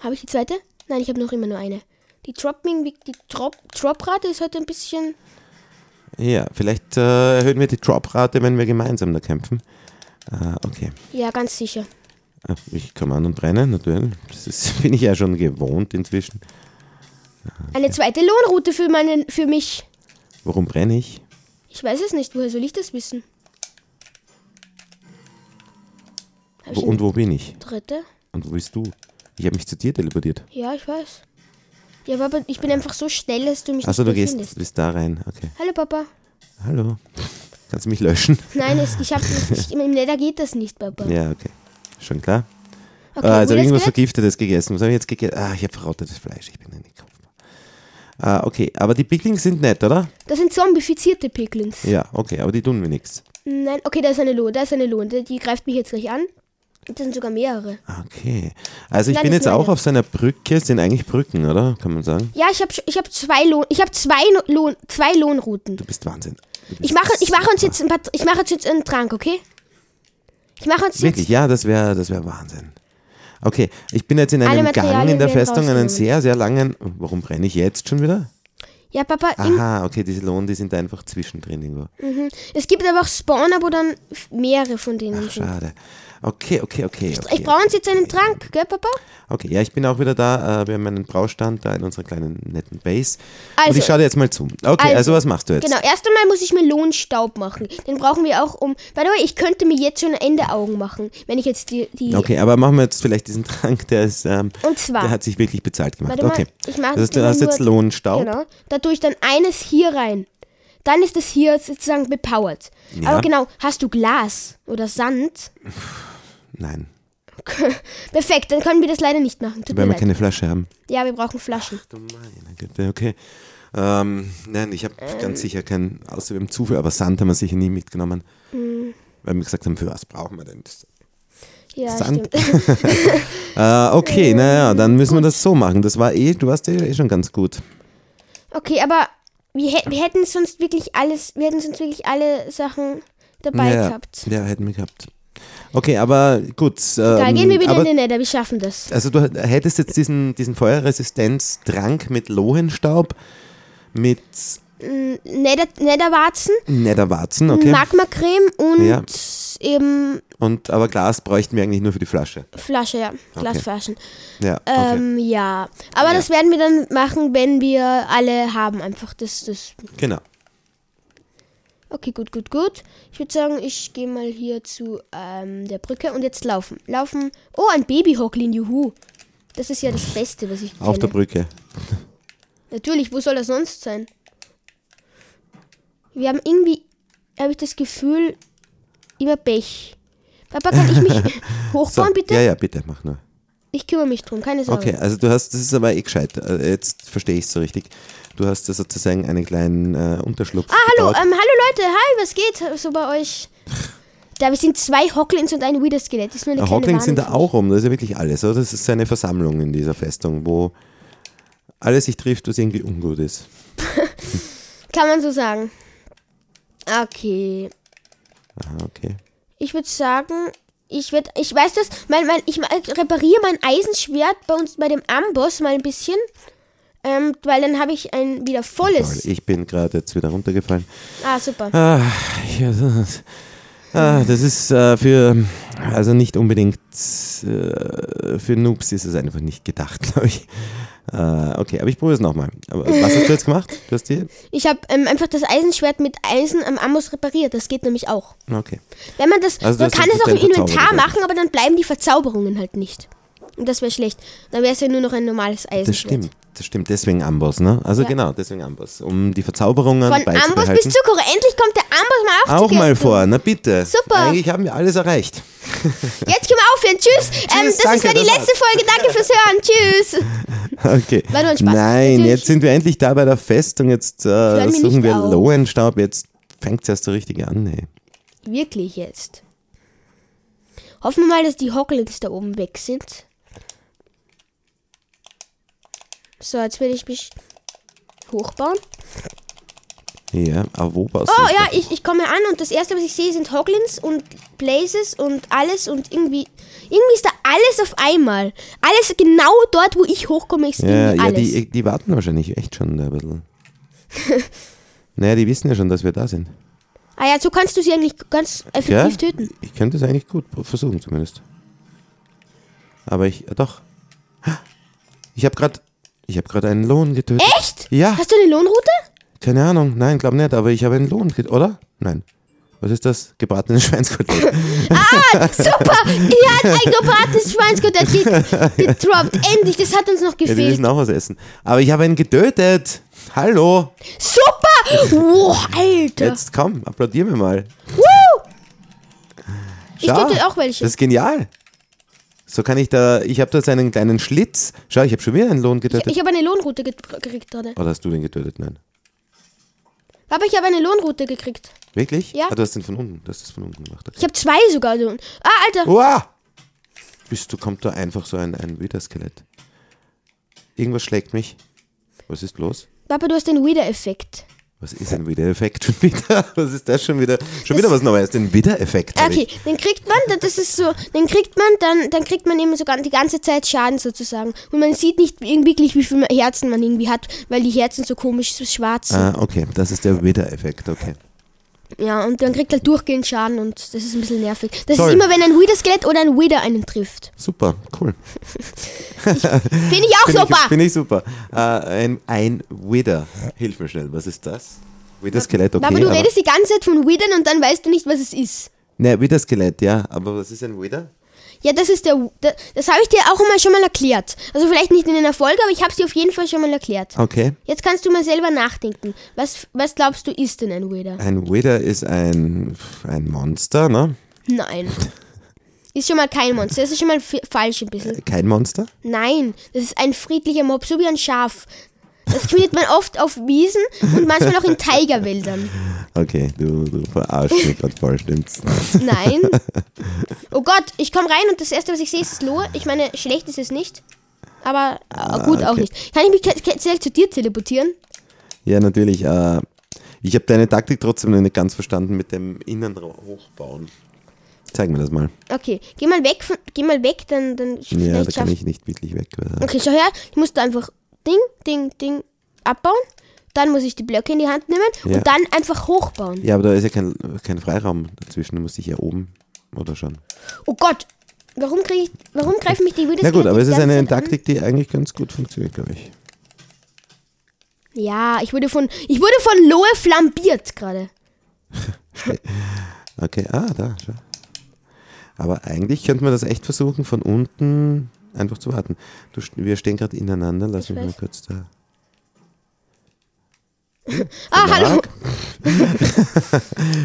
Speaker 1: Habe ich die zweite? Nein, ich habe noch immer nur eine. Die Dropping, die Drop, Droprate ist heute ein bisschen.
Speaker 2: Ja, vielleicht äh, erhöhen wir die Drop-Rate, wenn wir gemeinsam da kämpfen. Äh, okay.
Speaker 1: Ja, ganz sicher.
Speaker 2: Ah, Ich komme an und brenne, natürlich. Das ist, bin ich ja schon gewohnt inzwischen.
Speaker 1: Eine zweite Lohnroute für meinen, für mich.
Speaker 2: Warum brenne ich?
Speaker 1: Ich weiß es nicht, woher soll ich das wissen? Hab
Speaker 2: Wo,
Speaker 1: ich eine
Speaker 2: und wo bin ich?
Speaker 1: dritte?
Speaker 2: Und wo bist du? Ich habe mich zu dir teleportiert.
Speaker 1: Ja, ich weiß. Ja, aber- aber ich bin einfach so schnell, dass du mich
Speaker 2: Achso,
Speaker 1: nicht
Speaker 2: du
Speaker 1: mehr
Speaker 2: gehst
Speaker 1: findest.
Speaker 2: bist da rein. Okay.
Speaker 1: Hallo Papa.
Speaker 2: Hallo. Kannst du mich löschen?
Speaker 1: Nein, es, ich habe nicht. Im Nether geht das nicht, Papa.
Speaker 2: Ja, okay. Schon klar.
Speaker 1: Okay,
Speaker 2: ah, jetzt habe ich irgendwas
Speaker 1: Wheelers Skelett?
Speaker 2: Vergiftetes gegessen. Was habe ich jetzt gegessen? Ah, ich habe verrottetes Fleisch. Ich bin eine Kaufmann. Ah, okay. Aber die Picklings sind nett, oder?
Speaker 1: das sind zombifizierte Piglins.
Speaker 2: Ja, okay. Aber die tun mir nichts.
Speaker 1: Nein, okay, da ist eine Lohn, da ist eine Lohn. Die die greift mich jetzt gleich an. Und Das sind sogar mehrere.
Speaker 2: Okay. Also ich
Speaker 1: Nein,
Speaker 2: bin
Speaker 1: das
Speaker 2: jetzt
Speaker 1: ist
Speaker 2: auch
Speaker 1: meine.
Speaker 2: auf seiner Brücke. Es sind eigentlich Brücken, oder? Kann man sagen.
Speaker 1: Ja, ich habe ich hab zwei Lohn, ich habe zwei No- Lohn, zwei Lohnrouten.
Speaker 2: Du bist Wahnsinn. Du bist
Speaker 1: Ich mache ich mache uns jetzt ein paar, ich mache uns jetzt einen Trank, okay? Ich mache uns jetzt
Speaker 2: Wirklich, ja, das wäre das wär Wahnsinn. Okay, ich bin jetzt in
Speaker 1: Alle
Speaker 2: einem Gang
Speaker 1: Materialien
Speaker 2: in der
Speaker 1: werden
Speaker 2: Festung, einen
Speaker 1: rausgenommen.
Speaker 2: sehr, sehr langen. Warum brenne ich jetzt schon wieder?
Speaker 1: Ja, Papa, in,
Speaker 2: Aha, okay, diese Lohn, die sind einfach zwischendrin irgendwo.
Speaker 1: es gibt aber auch Spawner, wo dann f- mehrere von denen sind.
Speaker 2: Schade. Okay, okay, okay. okay.
Speaker 1: Ich brauche uns jetzt einen Trank, gell, Papa?
Speaker 2: Okay, ja, ich bin auch wieder da. Äh, wir haben einen Braustand da in unserer kleinen netten Base. Und
Speaker 1: Also-
Speaker 2: ich schaue dir jetzt mal zu. Okay, also,
Speaker 1: Also,
Speaker 2: was machst du jetzt?
Speaker 1: Genau, erst einmal muss ich Melonenstaub machen. Den brauchen wir auch um. By the way, ich könnte mir jetzt schon Ende Augen machen, wenn ich jetzt die. die
Speaker 2: Okay, aber machen wir jetzt vielleicht diesen Trank, der ist, ähm,
Speaker 1: Und zwar-
Speaker 2: der hat sich wirklich bezahlt gemacht.
Speaker 1: Warte mal,
Speaker 2: okay.
Speaker 1: ich mach-
Speaker 2: das heißt, du
Speaker 1: immer
Speaker 2: hast jetzt
Speaker 1: nur-
Speaker 2: Lohnstaub.
Speaker 1: Genau. Da tue ich dann eines hier rein. Dann ist das hier sozusagen bepowert.
Speaker 2: Ja.
Speaker 1: Aber genau, hast du Glas oder Sand?
Speaker 2: Nein,
Speaker 1: Perfekt, dann können wir das leider nicht machen. Tut mir
Speaker 2: weil wir
Speaker 1: leid.
Speaker 2: keine Flasche haben.
Speaker 1: Ja, wir brauchen Flaschen.
Speaker 2: Du meine Güte, okay. Ähm, nein, ich habe ganz sicher keinen, außer dem Zufall, aber Sand haben wir sicher nie mitgenommen.
Speaker 1: Mm.
Speaker 2: Weil wir gesagt haben, für was brauchen wir denn das?
Speaker 1: Ja,
Speaker 2: Sand.
Speaker 1: stimmt.
Speaker 2: Äh, okay, naja, dann müssen wir das so machen. Das war eh, du warst eh, eh schon ganz gut.
Speaker 1: Okay, aber wir, hä- wir hätten sonst wirklich alles, wir hätten sonst wirklich alle Sachen dabei
Speaker 2: ja,
Speaker 1: gehabt.
Speaker 2: Ja, hätten wir gehabt. Okay, aber gut. Ähm,
Speaker 1: Da gehen wir wieder
Speaker 2: aber,
Speaker 1: in den Nether, wir schaffen das.
Speaker 2: Also du hättest jetzt diesen, diesen Feuerresistenztrank mit Lohenstaub, mit
Speaker 1: Nether, Netherwarzen,
Speaker 2: Netherwarzen, okay.
Speaker 1: Magmacreme und
Speaker 2: Ja.
Speaker 1: eben
Speaker 2: Und aber Glas bräuchten wir eigentlich nur für die Flasche.
Speaker 1: Flasche, ja, Glasflaschen.
Speaker 2: Ja, okay.
Speaker 1: Ähm, ja. Aber
Speaker 2: Ja.
Speaker 1: das werden wir dann machen, wenn wir alle haben. Einfach das, das.
Speaker 2: genau.
Speaker 1: Okay, gut, gut, gut. Ich würde sagen, ich gehe mal hier zu ähm, der Brücke und jetzt laufen. Laufen. Oh, ein Babyhocklin, juhu. Das ist ja das Beste, was ich kenne.
Speaker 2: Auf der Brücke.
Speaker 1: Natürlich, wo soll das sonst sein? Wir haben irgendwie, habe ich das Gefühl, immer Pech. Papa, kann ich mich hochbauen, bitte?
Speaker 2: Ja, ja, bitte, mach nur.
Speaker 1: Ich kümmere mich drum, keine Sorge.
Speaker 2: Okay, also du hast, das ist aber eh gescheit. Äh, Jetzt verstehe ich es so richtig. Du hast da sozusagen einen kleinen äh, Unterschlupf.
Speaker 1: Ah, hallo,
Speaker 2: gebaut.
Speaker 1: ähm, hallo Leute, hi, was geht so bei euch? Da wir sind zwei Hocklins und ein Wither Skelett. Das ist nur eine
Speaker 2: Äh,
Speaker 1: kleine
Speaker 2: Hocklings sind da
Speaker 1: Warnung
Speaker 2: auch rum, das ist ja wirklich alles, oder? Das ist eine Versammlung in dieser Festung, wo alles sich trifft, was irgendwie ungut ist.
Speaker 1: für mich. Kann man so sagen. Okay.
Speaker 2: Aha, Ah, okay.
Speaker 1: Ich würde sagen, Ich werd, ich weiß das, mein, mein, ich ma- repariere mein Eisenschwert bei uns bei dem Amboss mal ein bisschen. Ähm, weil dann habe ich ein wieder
Speaker 2: Toll,
Speaker 1: volles.
Speaker 2: Ich bin gerade jetzt wieder runtergefallen.
Speaker 1: Ah, super.
Speaker 2: Ah, ja, das, ah, das ist äh, für, also nicht unbedingt, äh, für Noobs ist es einfach nicht gedacht, glaube ich. Äh, okay, aber ich probiere es nochmal. Aber Was hast du jetzt gemacht? Du hast die?
Speaker 1: Ich habe ähm, einfach das Eisenschwert mit Eisen am Amboss repariert. Das geht nämlich auch.
Speaker 2: Okay.
Speaker 1: Wenn man das,
Speaker 2: Also
Speaker 1: man
Speaker 2: das
Speaker 1: kann
Speaker 2: sind
Speaker 1: es auch im
Speaker 2: Prozent
Speaker 1: Inventar
Speaker 2: verzauberte
Speaker 1: machen, aber dann bleiben die Verzauberungen halt nicht. Und das wäre schlecht. Dann wäre es ja nur noch ein normales Eisenschwert.
Speaker 2: Das stimmt. Das stimmt, deswegen Amboss, ne? Also
Speaker 1: Ja.
Speaker 2: genau, deswegen Amboss. Um die Verzauberungen
Speaker 1: Von Amboss bis
Speaker 2: beizubehalten.
Speaker 1: Zuckerrohr. Endlich kommt der Amboss mal auf.
Speaker 2: Auch
Speaker 1: die
Speaker 2: mal
Speaker 1: Geltung.
Speaker 2: vor, na bitte.
Speaker 1: Super.
Speaker 2: Eigentlich haben wir alles erreicht.
Speaker 1: Jetzt können wir aufhören. Tschüss. ähm, das
Speaker 2: danke,
Speaker 1: ist war die
Speaker 2: das war's.
Speaker 1: letzte Folge. Danke fürs Hören. Tschüss.
Speaker 2: Okay.
Speaker 1: War nur ein Spaß.
Speaker 2: Nein,
Speaker 1: Natürlich.
Speaker 2: jetzt sind wir endlich da bei der Festung. Jetzt äh,
Speaker 1: mich
Speaker 2: suchen
Speaker 1: nicht
Speaker 2: wir
Speaker 1: auf.
Speaker 2: Lohenstaub. Jetzt fängt es erst so richtig an. Ey.
Speaker 1: Wirklich jetzt. Hoffen wir mal, dass die Hocklings da oben weg sind. So, jetzt will ich mich hochbauen.
Speaker 2: Ja, aber wo baust
Speaker 1: Oh
Speaker 2: du
Speaker 1: ja,
Speaker 2: das?
Speaker 1: ich, ich komme an und das erste, was ich sehe, sind Hoglins und Blazes und alles und irgendwie. Irgendwie ist da alles auf einmal. Alles genau dort, wo ich hochkomme, ist
Speaker 2: Ja,
Speaker 1: irgendwie
Speaker 2: ja
Speaker 1: alles.
Speaker 2: die, die warten wahrscheinlich echt schon ein bisschen. naja, die wissen ja schon, dass wir da sind.
Speaker 1: ah ja, so kannst du sie eigentlich ganz
Speaker 2: Ja?
Speaker 1: effektiv töten.
Speaker 2: Ich könnte es eigentlich gut versuchen, zumindest. Aber ich, äh, doch. Ich habe gerade, ich habe gerade einen Lohn getötet.
Speaker 1: Echt?
Speaker 2: Ja,
Speaker 1: Hast du eine Lohnroute?
Speaker 2: keine Ahnung. Nein, glaub nicht, aber ich habe einen Lohn getötet, oder? Nein. Was ist das? Gebratene Schweinskotelett.
Speaker 1: Super! Ihr hat ein gebratenes Schweinskotelett ge- gedroppt. Endlich, das hat uns noch
Speaker 2: Ja, die
Speaker 1: gefehlt.
Speaker 2: müssen auch was essen. Aber ich habe einen getötet. Hallo.
Speaker 1: Super! Wow, Alter!
Speaker 2: Jetzt komm, applaudier mir mal.
Speaker 1: Ich töte auch welche.
Speaker 2: Das ist genial. So kann ich da, ich habe da jetzt einen kleinen Schlitz. Schau, ich habe schon wieder einen Lohn getötet.
Speaker 1: Ich habe eine Lohnroute ge- gekriegt gerade.
Speaker 2: Oder hast du den getötet? Nein.
Speaker 1: Aber ich habe eine Lohnroute gekriegt.
Speaker 2: Wirklich?
Speaker 1: Ja.
Speaker 2: Ah, du hast den von unten. Du hast das von unten gemacht. Okay.
Speaker 1: Ich habe zwei sogar. Lohn- Ah, Alter!
Speaker 2: Uah! Bist du, kommt da einfach so ein, ein Widerskelett. Irgendwas schlägt mich. Was ist los?
Speaker 1: Papa, du hast den Reader-Effekt.
Speaker 2: Was ist ein Widereffekt schon wieder? Was ist das schon wieder? Schon wieder was Neues. Den Widereffekt. hab ich.
Speaker 1: Okay, den kriegt man, dann- das ist so, den kriegt man, dann, dann kriegt man eben sogar die ganze Zeit Schaden sozusagen. Und man sieht nicht wie- wirklich, wie viele Herzen man irgendwie hat, weil die Herzen so komisch so schwarz sind.
Speaker 2: Ah, okay. Das ist der Widereffekt. Okay.
Speaker 1: Ja, und dann kriegt er durchgehend Schaden und das ist ein bisschen nervig. Das
Speaker 2: Toll.
Speaker 1: ist immer, wenn ein Wither-Skelett oder ein Wither einen trifft.
Speaker 2: Super, cool.
Speaker 1: Finde ich auch
Speaker 2: Finde
Speaker 1: super.
Speaker 2: Ich, find ich super. Äh, ein, ein Wither. Hilf mir schnell, was ist das? Wither-Skelett, okay.
Speaker 1: aber du redest die ganze Zeit von Withern und dann weißt du nicht, was es ist.
Speaker 2: Ne, Wither-Skelett, ja. Aber was ist ein Wither?
Speaker 1: Ja, das ist der. Das, das habe ich dir auch immer schon mal erklärt. Also vielleicht nicht in einer Folge, aber ich habe es dir auf jeden Fall schon mal erklärt.
Speaker 2: Okay.
Speaker 1: Jetzt kannst du mal selber nachdenken. Was, was glaubst du, ist denn ein Wither?
Speaker 2: Ein Wither ist ein, ein Monster, ne?
Speaker 1: Nein. Ist schon mal kein Monster. Das ist schon mal f- falsch ein bisschen.
Speaker 2: Kein Monster?
Speaker 1: Nein, das ist ein friedlicher Mob, so wie ein Schaf. Das findet man oft auf Wiesen und manchmal auch in Tigerwäldern.
Speaker 2: Okay, du, du verarschst mich gerade voll, stimmt's?
Speaker 1: Nein. Oh Gott, ich komme rein und das erste, was ich sehe, ist das Lohe. Ich meine, schlecht ist es nicht. Aber äh, gut auch
Speaker 2: Ah, okay.
Speaker 1: nicht. Kann ich mich ke- ke- schnell zu dir teleportieren?
Speaker 2: Ja, natürlich. Äh, ich habe deine Taktik trotzdem noch nicht ganz verstanden mit dem Innern hochbauen. Zeig mir das mal.
Speaker 1: Okay, geh mal weg, von, geh mal weg, dann, dann
Speaker 2: Ja, da
Speaker 1: vielleicht
Speaker 2: kann
Speaker 1: schaffst
Speaker 2: ich nicht wirklich weg. äh.
Speaker 1: Okay, schau her, ich muss da einfach Ding, Ding, Ding abbauen. Dann muss ich die Blöcke in die Hand nehmen
Speaker 2: Ja.
Speaker 1: und dann einfach hochbauen.
Speaker 2: Ja, aber da ist ja kein, kein Freiraum dazwischen. Du musst dich ja oben oder schon.
Speaker 1: Oh Gott, warum kriege ich, warum greifen mich die Wilders
Speaker 2: Na gut, aber es ist eine
Speaker 1: Taktik.
Speaker 2: Taktik, die eigentlich ganz gut funktioniert, glaube ich.
Speaker 1: Ja, ich wurde von, ich wurde von Lohe flambiert gerade.
Speaker 2: Okay, ah, da, schau. Aber eigentlich könnte man das echt versuchen, von unten einfach zu warten. Du, st- wir stehen gerade ineinander, lass mich mal
Speaker 1: weiß.
Speaker 2: kurz da.
Speaker 1: Ah, hallo.
Speaker 2: Mark?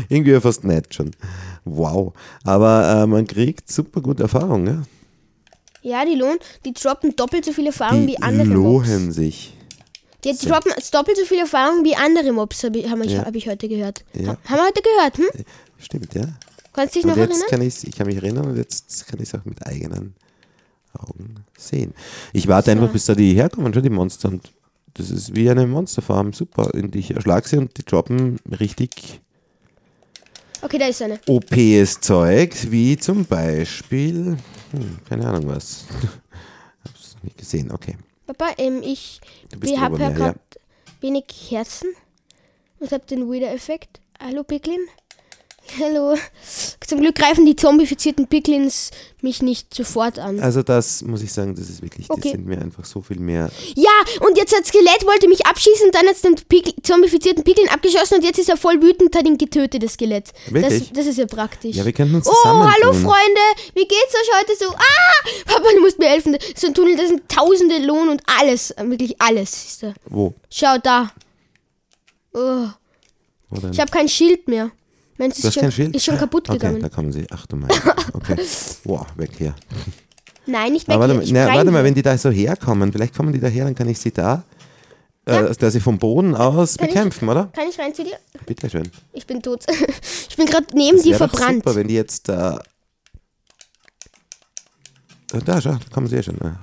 Speaker 2: Irgendwie fast nett schon. Wow. Aber äh, man kriegt super gute Erfahrung, ja?
Speaker 1: Ja, die Lohn, die droppen doppelt so viel Erfahrung
Speaker 2: Die
Speaker 1: wie andere Mobs.
Speaker 2: lohen sich.
Speaker 1: Die droppen doppelt so viel Erfahrung wie andere Mobs, habe ich, hab ich,
Speaker 2: Ja.
Speaker 1: hab ich heute gehört.
Speaker 2: Ja.
Speaker 1: Ha- Haben wir heute gehört, hm?
Speaker 2: Äh, Stimmt, ja?
Speaker 1: Kannst du dich
Speaker 2: Und
Speaker 1: noch
Speaker 2: jetzt
Speaker 1: erinnern?
Speaker 2: kann ich's, ich kann mich erinnern und jetzt kann ich es auch mit eigenen Augen sehen. Ich warte einfach, bis da die herkommen, schon die Monster. Und das ist wie eine Monsterfarm, super. Und ich erschlag sie und die droppen richtig
Speaker 1: Okay, da ist eine.
Speaker 2: OPs Zeug, wie zum Beispiel, hm, keine Ahnung was. Hab's nicht gesehen, okay.
Speaker 1: Papa, ähm, ich
Speaker 2: Du bist
Speaker 1: ich habe
Speaker 2: Obermeer,
Speaker 1: ja
Speaker 2: ja.
Speaker 1: gerade wenig Herzen und habe den Wither-Effekt. Hallo, Picklin. Hallo. Zum Glück greifen die zombifizierten Picklins mich nicht sofort an.
Speaker 2: Also das muss ich sagen, das ist wirklich,
Speaker 1: Okay.
Speaker 2: das sind mir einfach so viel mehr.
Speaker 1: Ja, und jetzt hat Skelett wollte mich abschießen, dann hat es den Pickl zombifizierten Pickeln abgeschossen und jetzt ist er voll wütend, hat ihn getötet, das Skelett. Das,
Speaker 2: Wirklich?
Speaker 1: das ist ja praktisch.
Speaker 2: Ja, wir könnten uns
Speaker 1: oh,
Speaker 2: zusammentun.
Speaker 1: hallo Freunde, wie geht's euch heute so? Ah, Papa, du musst mir helfen. So ein Tunnel, da sind tausende Lohn und alles, wirklich alles. Siehst du.
Speaker 2: Wo?
Speaker 1: Schau da. Oh,
Speaker 2: Wo denn?
Speaker 1: ich habe kein Schild mehr. Meinst
Speaker 2: Hm. Du
Speaker 1: ist
Speaker 2: hast
Speaker 1: schon,
Speaker 2: kein Schild?
Speaker 1: ist schon kaputt
Speaker 2: okay,
Speaker 1: gegangen.
Speaker 2: da kommen sie. Ach du mein Gott. Okay. Boah, weg hier.
Speaker 1: Nein, nicht
Speaker 2: Na,
Speaker 1: weg.
Speaker 2: warte,
Speaker 1: hier,
Speaker 2: mal,
Speaker 1: ich
Speaker 2: na,
Speaker 1: rein
Speaker 2: warte mal,
Speaker 1: hier.
Speaker 2: wenn die da so herkommen, vielleicht kommen die da her, dann kann ich sie da, äh, dass sie vom Boden aus
Speaker 1: Kann ich-
Speaker 2: bekämpfen, oder?
Speaker 1: Kann ich rein zu dir?
Speaker 2: Bitteschön.
Speaker 1: Ich bin tot. ich bin gerade neben dir
Speaker 2: Wär doch
Speaker 1: verbrannt.
Speaker 2: Super, wenn die jetzt äh, da. Da, da, schau, da kommen sie ja schon. ne?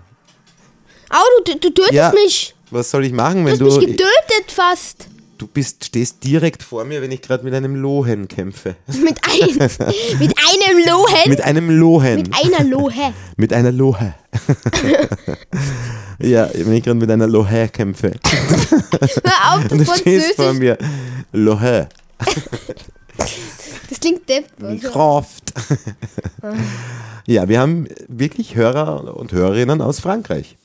Speaker 1: Au, du, du tötest
Speaker 2: Ja.
Speaker 1: mich.
Speaker 2: Was soll ich machen,
Speaker 1: Du
Speaker 2: wenn
Speaker 1: hast
Speaker 2: du.
Speaker 1: mich getötet fast.
Speaker 2: Du bist, stehst direkt vor mir, wenn ich gerade mit einem Lohen kämpfe.
Speaker 1: Mit, ein, mit einem Lohen.
Speaker 2: Mit einem Lohen.
Speaker 1: Mit einer Lohe.
Speaker 2: Mit einer Lohe. ja, wenn ich gerade mit einer Lohe kämpfe.
Speaker 1: Hör auf,
Speaker 2: Und
Speaker 1: das
Speaker 2: du stehst vor
Speaker 1: Französisch.
Speaker 2: mir. Lohe.
Speaker 1: Das klingt depp.
Speaker 2: Die Kraft.
Speaker 1: Ah.
Speaker 2: ja, wir haben wirklich Hörer und Hörerinnen aus Frankreich.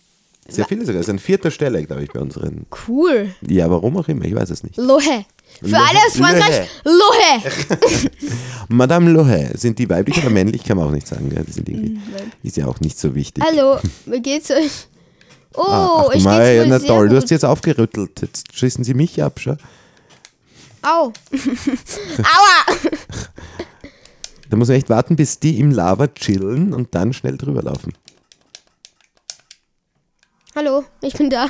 Speaker 2: Sehr viele sogar. Das ist an vierter Stelle, glaube ich, bei unseren.
Speaker 1: Cool.
Speaker 2: Ja, warum auch immer, ich weiß es nicht.
Speaker 1: Lohe. Für
Speaker 2: Lohe.
Speaker 1: alle aus Frankreich, Lohe.
Speaker 2: Madame Lohe, sind die weiblich oder männlich? Kann man auch nicht sagen. Gell? Die sind irgendwie, ist ja auch nicht so wichtig.
Speaker 1: Mm, Hallo, wie geht's euch? Oh,
Speaker 2: Ah, ach,
Speaker 1: ich geht's
Speaker 2: Mai,
Speaker 1: wohl
Speaker 2: na
Speaker 1: sehr
Speaker 2: toll, du hast
Speaker 1: gut.
Speaker 2: jetzt aufgerüttelt. Jetzt schießen sie mich ab, schau.
Speaker 1: Au. Aua.
Speaker 2: Da muss man echt warten, bis die im Lava chillen und dann schnell drüber laufen.
Speaker 1: Hallo, ich bin da.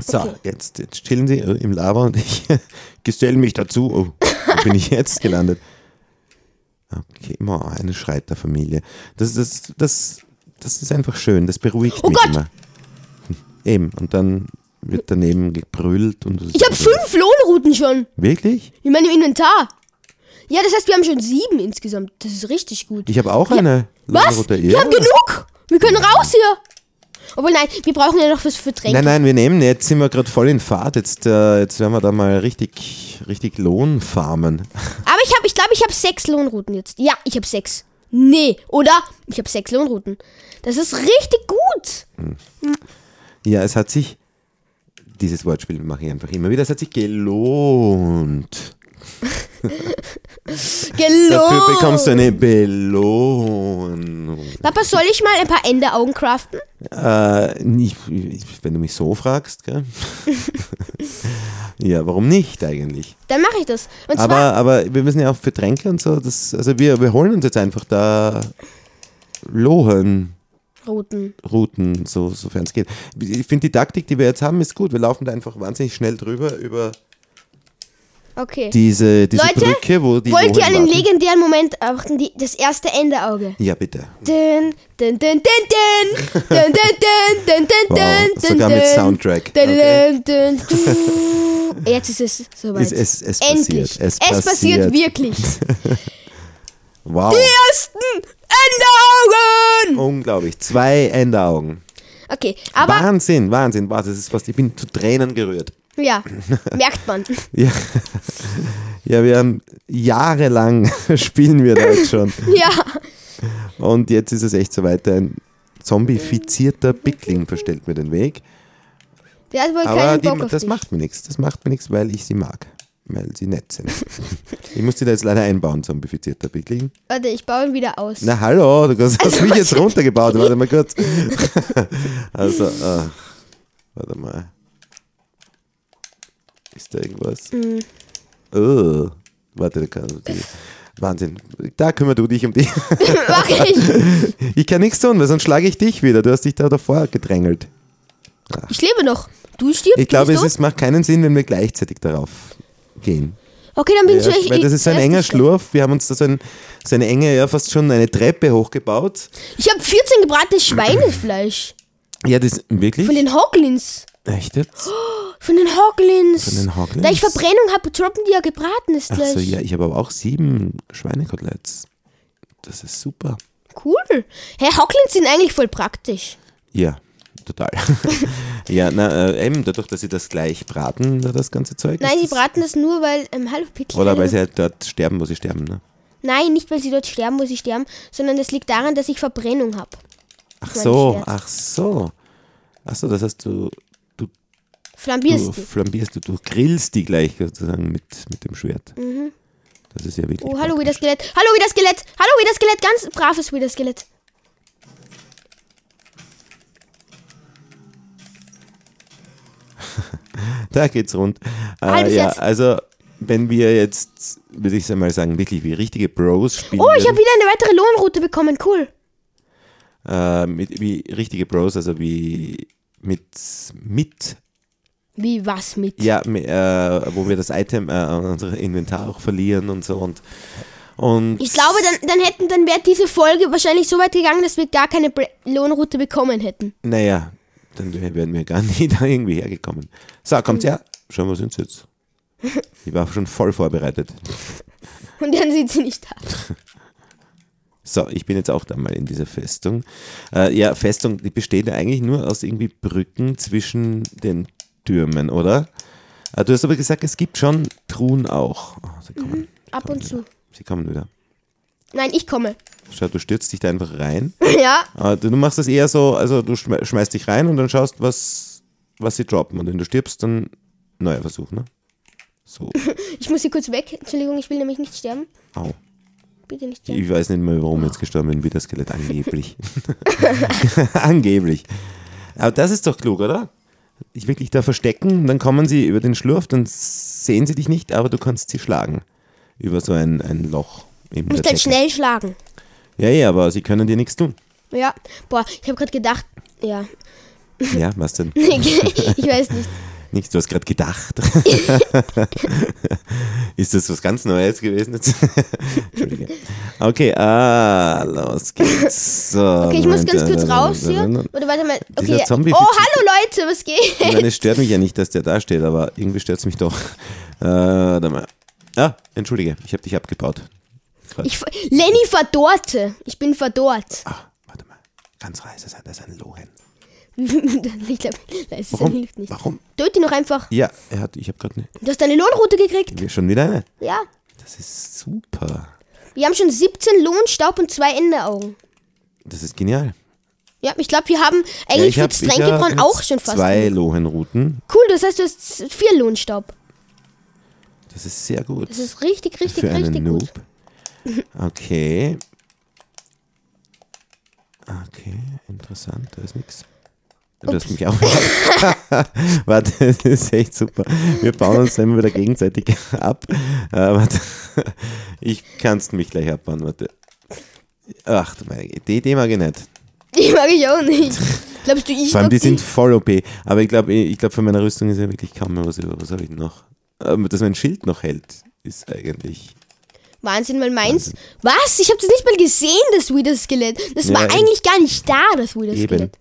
Speaker 2: So,
Speaker 1: Okay.
Speaker 2: jetzt, jetzt chillen sie äh, im Lava und ich gestelle mich dazu. Oh, wo bin ich jetzt gelandet? Okay, immer eine Schreiterfamilie. Das, das, das, das ist einfach schön, das beruhigt
Speaker 1: Oh
Speaker 2: mich
Speaker 1: Gott!
Speaker 2: immer. Hm, Eben, und dann wird daneben gebrüllt und
Speaker 1: Ich habe fünf Lohnrouten schon
Speaker 2: Wirklich?
Speaker 1: in meinem Inventar. Ja, das heißt, wir haben schon sieben insgesamt. Das ist richtig gut.
Speaker 2: Ich habe auch eine
Speaker 1: Was?
Speaker 2: Lohnroute.
Speaker 1: Wir
Speaker 2: Ja.
Speaker 1: haben genug. Wir können raus hier. Obwohl, nein, wir brauchen ja noch was für Tränke.
Speaker 2: Nein, nein, wir nehmen, jetzt sind wir gerade voll in Fahrt. Jetzt, äh, jetzt werden wir da mal richtig, richtig Lohn farmen.
Speaker 1: Aber ich habe, ich glaube, ich habe sechs Lohnrouten jetzt. Ja, ich habe sechs. Nee, oder? Ich habe sechs Lohnrouten. Das ist richtig gut.
Speaker 2: Ja, es hat sich, dieses Wortspiel mache ich einfach immer wieder, es hat sich gelohnt. Dafür bekommst du
Speaker 1: Gelohnt.
Speaker 2: eine Belohnung.
Speaker 1: Papa, soll ich mal ein paar Enderaugen craften?
Speaker 2: Äh, nicht, wenn du mich so fragst, gell? ja, warum nicht eigentlich?
Speaker 1: Dann mache ich das. Und zwar,
Speaker 2: Aber, aber wir müssen ja auch für Tränke und so, das, also wir, wir holen uns jetzt einfach da Lohen.
Speaker 1: Routen.
Speaker 2: Routen, so, sofern es geht. Ich finde die Taktik, die wir jetzt haben, ist gut. Wir laufen da einfach wahnsinnig schnell drüber über
Speaker 1: Okay.
Speaker 2: diese, diese
Speaker 1: Leute,
Speaker 2: Brücke, wo die.
Speaker 1: Wollt ihr
Speaker 2: Lohen
Speaker 1: einen
Speaker 2: warten.
Speaker 1: legendären Moment achten? Die, das erste Enderauge.
Speaker 2: Ja, bitte.
Speaker 1: Dun, dun, dun, dun, dun. Dun, dun, dun, dun, dun, dun,
Speaker 2: Wow, sogar
Speaker 1: dun,
Speaker 2: mit
Speaker 1: dun.
Speaker 2: Soundtrack.
Speaker 1: Dun,
Speaker 2: Okay.
Speaker 1: dun, dun, dun. Jetzt ist es soweit.
Speaker 2: Es, es, es
Speaker 1: Endlich.
Speaker 2: passiert. Es,
Speaker 1: es passiert wirklich.
Speaker 2: Wow,
Speaker 1: ersten Enderaugen!
Speaker 2: unglaublich. Zwei Enderaugen.
Speaker 1: Okay, aber
Speaker 2: Wahnsinn, Wahnsinn, was, das ist fast, ich bin zu Tränen gerührt.
Speaker 1: ja, merkt man.
Speaker 2: Ja, ja wir haben jahrelang spielen wir das schon.
Speaker 1: Ja,
Speaker 2: Und jetzt ist es echt soweit. Ein zombifizierter Pickling verstellt mir den Weg.
Speaker 1: der hat wohl
Speaker 2: Aber
Speaker 1: keinen
Speaker 2: die,
Speaker 1: Bock auf
Speaker 2: das
Speaker 1: dich.
Speaker 2: macht mir nichts. Das macht mir nichts, weil ich sie mag. Weil sie nett sind. ich muss die da jetzt leider einbauen, zombifizierter Pickling.
Speaker 1: Warte, ich baue ihn wieder aus.
Speaker 2: Na hallo, du hast hast mich jetzt runtergebaut. Warte mal kurz. also, äh, warte mal. Ist da irgendwas? Oh, warte, da kann die. Wahnsinn. Da kümmer du dich um die.
Speaker 1: Mach ich.
Speaker 2: Ich kann nichts tun, weil sonst schlage ich dich wieder. Du hast dich da davor gedrängelt.
Speaker 1: Ich lebe noch. Du stirbst.
Speaker 2: Ich glaube,
Speaker 1: bist
Speaker 2: es
Speaker 1: tot?
Speaker 2: ist, macht keinen Sinn, wenn wir gleichzeitig darauf gehen.
Speaker 1: Okay, dann bin
Speaker 2: Ja,
Speaker 1: ich
Speaker 2: weil das ist so ein
Speaker 1: zuerst
Speaker 2: enger
Speaker 1: dran.
Speaker 2: Schlurf. Wir haben uns da so, ein, so eine enge, ja fast schon eine Treppe hochgebaut.
Speaker 1: Ich habe 14 gebratenes Schweinefleisch
Speaker 2: Ja, das wirklich.
Speaker 1: von den Hoglins.
Speaker 2: Echt jetzt?
Speaker 1: Von den Hoglins.
Speaker 2: Von den Hoglins?
Speaker 1: Da ich Verbrennung habe, droppen die ja gebratenes
Speaker 2: Ach
Speaker 1: gleich.
Speaker 2: so, ja, ich habe aber auch sieben Schweinekoteletts. Das ist super.
Speaker 1: Cool. Hä, Hoglins sind eigentlich voll praktisch.
Speaker 2: Ja, total. ja, na, äh, eben, dadurch, dass sie das gleich braten, da das ganze Zeug.
Speaker 1: Nein,
Speaker 2: ist
Speaker 1: sie
Speaker 2: das,
Speaker 1: braten das nur, weil ähm, hallo Pickle.
Speaker 2: Oder weil sie halt dort sterben, wo sie sterben, ne?
Speaker 1: Nein, nicht weil sie dort sterben, wo sie sterben, sondern das liegt daran, dass ich Verbrennung habe.
Speaker 2: Ach
Speaker 1: mein
Speaker 2: so,
Speaker 1: Scherz.
Speaker 2: ach so. Ach so, das heißt, du, du, du
Speaker 1: Flambierst du.
Speaker 2: flambierst, du, du grillst die gleich sozusagen mit, mit dem Schwert. Das ist ja wirklich.
Speaker 1: Mhm. Oh, hallo wieder Skelett. Hallo wieder Skelett. Hallo wieder Skelett. Ganz braves wieder Skelett.
Speaker 2: Da geht's rund.
Speaker 1: Halbes
Speaker 2: Äh, ja,
Speaker 1: Herz.
Speaker 2: also, wenn wir jetzt, würde ich mal sagen, wirklich wie richtige Bros spielen.
Speaker 1: Oh, ich
Speaker 2: würden,
Speaker 1: habe wieder eine weitere Lohnroute bekommen. Cool.
Speaker 2: äh, mit, wie richtige Bros, also wie mit, mit
Speaker 1: Wie was mit?
Speaker 2: ja, mi- äh, wo wir das Item, äh, unser Inventar auch verlieren und so und und
Speaker 1: Ich glaube, dann, dann hätten, dann wäre diese Folge wahrscheinlich so weit gegangen, dass wir gar keine Bre Lohnroute bekommen hätten.
Speaker 2: naja, dann wär- wären wir gar nie da irgendwie hergekommen. So, kommt's her. Schauen wir uns jetzt. Ich war schon voll vorbereitet.
Speaker 1: Und dann sind sie nicht da.
Speaker 2: So, ich bin jetzt auch da mal in dieser Festung. Äh, ja, Festung, die besteht ja eigentlich nur aus irgendwie Brücken zwischen den Türmen, oder? Äh, du hast aber gesagt, es gibt schon Truhen auch. Oh, sie kommen.
Speaker 1: Ab und zu.
Speaker 2: Sie kommen wieder.
Speaker 1: Nein, ich komme.
Speaker 2: Schau, du stürzt dich da einfach rein.
Speaker 1: Ja,
Speaker 2: Aber du, du machst das eher so, also du schme- schmeißt dich rein und dann schaust, was, was sie droppen. Und wenn du stirbst, dann neuer Versuch, ne? So,
Speaker 1: ich muss hier kurz weg. Entschuldigung, ich will nämlich nicht sterben.
Speaker 2: au.
Speaker 1: Bitte nicht sterben.
Speaker 2: Ich weiß nicht mehr, warum ich jetzt gestorben bin, wie das Skelett angeblich. angeblich. Aber das ist doch klug, oder? Ich wirklich da verstecken, dann kommen sie über den Schlurf, dann sehen sie dich nicht, aber du kannst sie schlagen. Über so ein, ein Loch.
Speaker 1: Ich
Speaker 2: Im
Speaker 1: muss dann schnell schlagen.
Speaker 2: Ja, ja, aber sie können dir nichts tun.
Speaker 1: Ja, boah, ich habe gerade gedacht, ja.
Speaker 2: Ja, was denn?
Speaker 1: ich weiß nicht.
Speaker 2: Nichts, du hast gerade gedacht. ist das was ganz Neues gewesen jetzt? Entschuldige. Okay, ah, los geht's. So,
Speaker 1: Okay, ich muss ganz
Speaker 2: Moment,
Speaker 1: kurz
Speaker 2: äh,
Speaker 1: raus hier.
Speaker 2: äh,
Speaker 1: Oder warte mal. Okay.
Speaker 2: Dieser
Speaker 1: Oh,
Speaker 2: Zombie-
Speaker 1: hallo Leute, was geht?
Speaker 2: Ich meine, es stört mich ja nicht, dass der da steht, aber irgendwie stört es mich doch. Äh, warte mal. Ah, entschuldige, ich habe dich abgebaut.
Speaker 1: Ich, ver- Lenny verdorrte. Ich bin verdorrt.
Speaker 2: Ah, warte mal. Ganz leise sein, das ist ein Lohen.
Speaker 1: ich glaube, leise sein
Speaker 2: Warum?
Speaker 1: hilft nicht.
Speaker 2: Warum?
Speaker 1: Töte ihn noch einfach.
Speaker 2: Ja, er hat, ich habe gerade ne,
Speaker 1: Du hast deine Lohnroute gekriegt.
Speaker 2: wir- schon wieder eine.
Speaker 1: Ja.
Speaker 2: Das ist super.
Speaker 1: Wir haben schon 17 Lohnstaub und zwei Endeaugen.
Speaker 2: Das ist genial.
Speaker 1: Ja, ich glaube, wir haben
Speaker 2: Ja,
Speaker 1: eigentlich
Speaker 2: hab-
Speaker 1: für streng
Speaker 2: hab
Speaker 1: gebrannt
Speaker 2: jetzt
Speaker 1: auch schon fast.
Speaker 2: Zwei Lohenrouten.
Speaker 1: Cool, das heißt, du hast z- vier Lohnstaub.
Speaker 2: Das ist sehr gut.
Speaker 1: Das ist richtig, richtig,
Speaker 2: Für einen
Speaker 1: richtig
Speaker 2: Noob.
Speaker 1: gut.
Speaker 2: Okay. Okay, interessant, da ist nichts. Du hast mich auch. warte, das ist echt super. Wir bauen uns immer wieder gegenseitig ab. Äh, warte. Ich kannst mich gleich abbauen, warte. Ach du meine Güte, die Idee mag ich nicht.
Speaker 1: Die mag ich auch nicht. Glaubst du, ich
Speaker 2: Vor allem,
Speaker 1: glaub,
Speaker 2: die sind voll OP. Aber ich glaube, ich glaub, von meiner Rüstung ist ja wirklich kaum mehr was über. Was habe ich noch? Ähm, Dass mein Schild noch hält, ist eigentlich.
Speaker 1: Wahnsinn, weil meins. Was? Ich habe das nicht mal gesehen, das Wither Skelett. Das
Speaker 2: Ja,
Speaker 1: war
Speaker 2: eben.
Speaker 1: eigentlich gar nicht da, das Wither
Speaker 2: Eben.
Speaker 1: Skelett.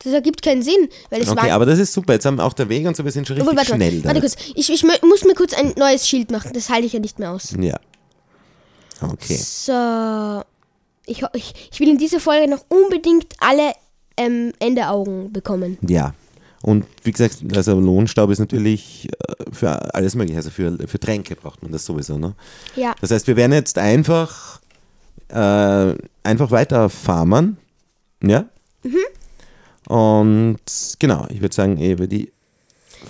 Speaker 1: Das ergibt keinen Sinn, weil es
Speaker 2: Okay,
Speaker 1: war.
Speaker 2: aber das ist super. Jetzt haben auch der Weg und so, wir sind schon richtig
Speaker 1: Obwohl, warte,
Speaker 2: schnell.
Speaker 1: mal, warte
Speaker 2: damit.
Speaker 1: kurz. Ich, ich mö- muss mir kurz ein neues Schild machen. Das halte ich ja nicht mehr aus.
Speaker 2: Ja. Okay.
Speaker 1: So. Ich, ho- ich, ich will in dieser Folge noch unbedingt alle ähm, Endeaugen bekommen.
Speaker 2: Ja. Und wie gesagt, also Lohnstaub ist natürlich äh, für alles möglich. Also für, für Tränke braucht man das sowieso. Ne?
Speaker 1: Ja.
Speaker 2: Das heißt, wir werden jetzt einfach, äh, einfach weiter farmern. Ja?
Speaker 1: Mhm.
Speaker 2: Und genau, ich würde sagen, eben die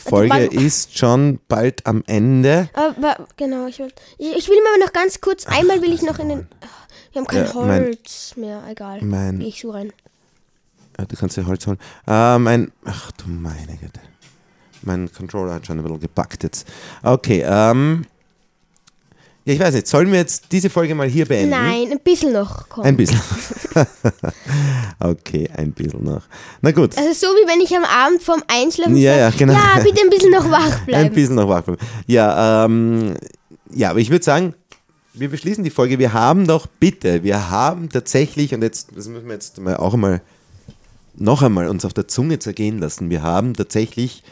Speaker 2: Folge
Speaker 1: Also,
Speaker 2: ist schon bald am Ende.
Speaker 1: Aber genau, ich will, ich, ich will mir aber noch ganz kurz, einmal will ich noch in den. Ah, Wir haben kein
Speaker 2: Ja, mein-
Speaker 1: Holz mehr, egal.
Speaker 2: mein-
Speaker 1: Geh ich so rein.
Speaker 2: Ja, du kannst dir Holz holen. Äh, mein. Ach du meine Güte. Mein Controller hat schon ein bisschen gepackt jetzt. Okay, ähm. Ja, ich weiß nicht. Sollen wir jetzt diese Folge mal hier beenden?
Speaker 1: Nein, ein bisschen noch. Komm.
Speaker 2: Ein bisschen. okay, ein bisschen noch. Na gut.
Speaker 1: Das ist Also so, wie wenn ich am Abend vorm Einschlafen
Speaker 2: Ja,
Speaker 1: sag,
Speaker 2: ja, genau.
Speaker 1: Ja, bitte ein bisschen noch wach
Speaker 2: Ein
Speaker 1: bleiben.
Speaker 2: bisschen noch wach bleiben. Ja, ähm, ja, aber ich würde sagen, wir beschließen die Folge. Wir haben doch bitte, wir haben tatsächlich, und jetzt, das müssen wir jetzt mal auch mal noch einmal uns auf der Zunge zergehen lassen. Wir haben tatsächlich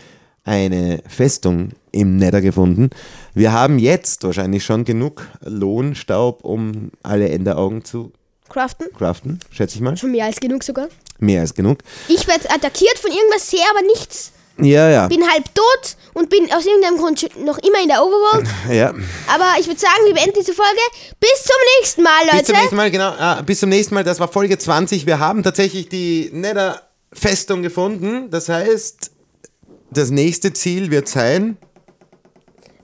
Speaker 2: eine Festung im Nether gefunden. Wir haben jetzt wahrscheinlich schon genug Lohnstaub, um alle Enderaugen zu
Speaker 1: Craften?
Speaker 2: craften, schätze ich mal.
Speaker 1: Schon mehr als genug sogar.
Speaker 2: Mehr als genug.
Speaker 1: Ich werde attackiert von irgendwas, sehe aber nichts.
Speaker 2: Ja, ja.
Speaker 1: Bin halb tot und bin aus irgendeinem Grund schon noch immer in der Overworld.
Speaker 2: ja.
Speaker 1: Aber ich würde sagen, wir beenden diese Folge. Bis zum nächsten Mal, Leute.
Speaker 2: Bis zum nächsten Mal, genau. Ah, bis zum nächsten Mal, das war Folge 20. Wir haben tatsächlich die Nether-Festung gefunden. Das heißt, das nächste Ziel wird sein,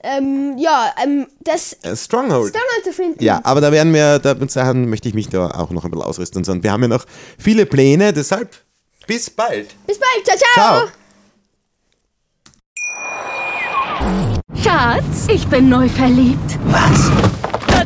Speaker 1: ähm, ja, ähm, das
Speaker 2: äh, Stronghold.
Speaker 1: Donald zu finden.
Speaker 2: Ja, aber da werden wir, da Sachen möchte ich mich da auch noch ein bisschen ausrüsten und so. Und wir haben ja noch viele Pläne, deshalb bis bald.
Speaker 1: Bis bald. Ciao, ciao.
Speaker 2: Ciao.
Speaker 3: Schatz, ich bin neu verliebt.
Speaker 4: Was?
Speaker 3: Da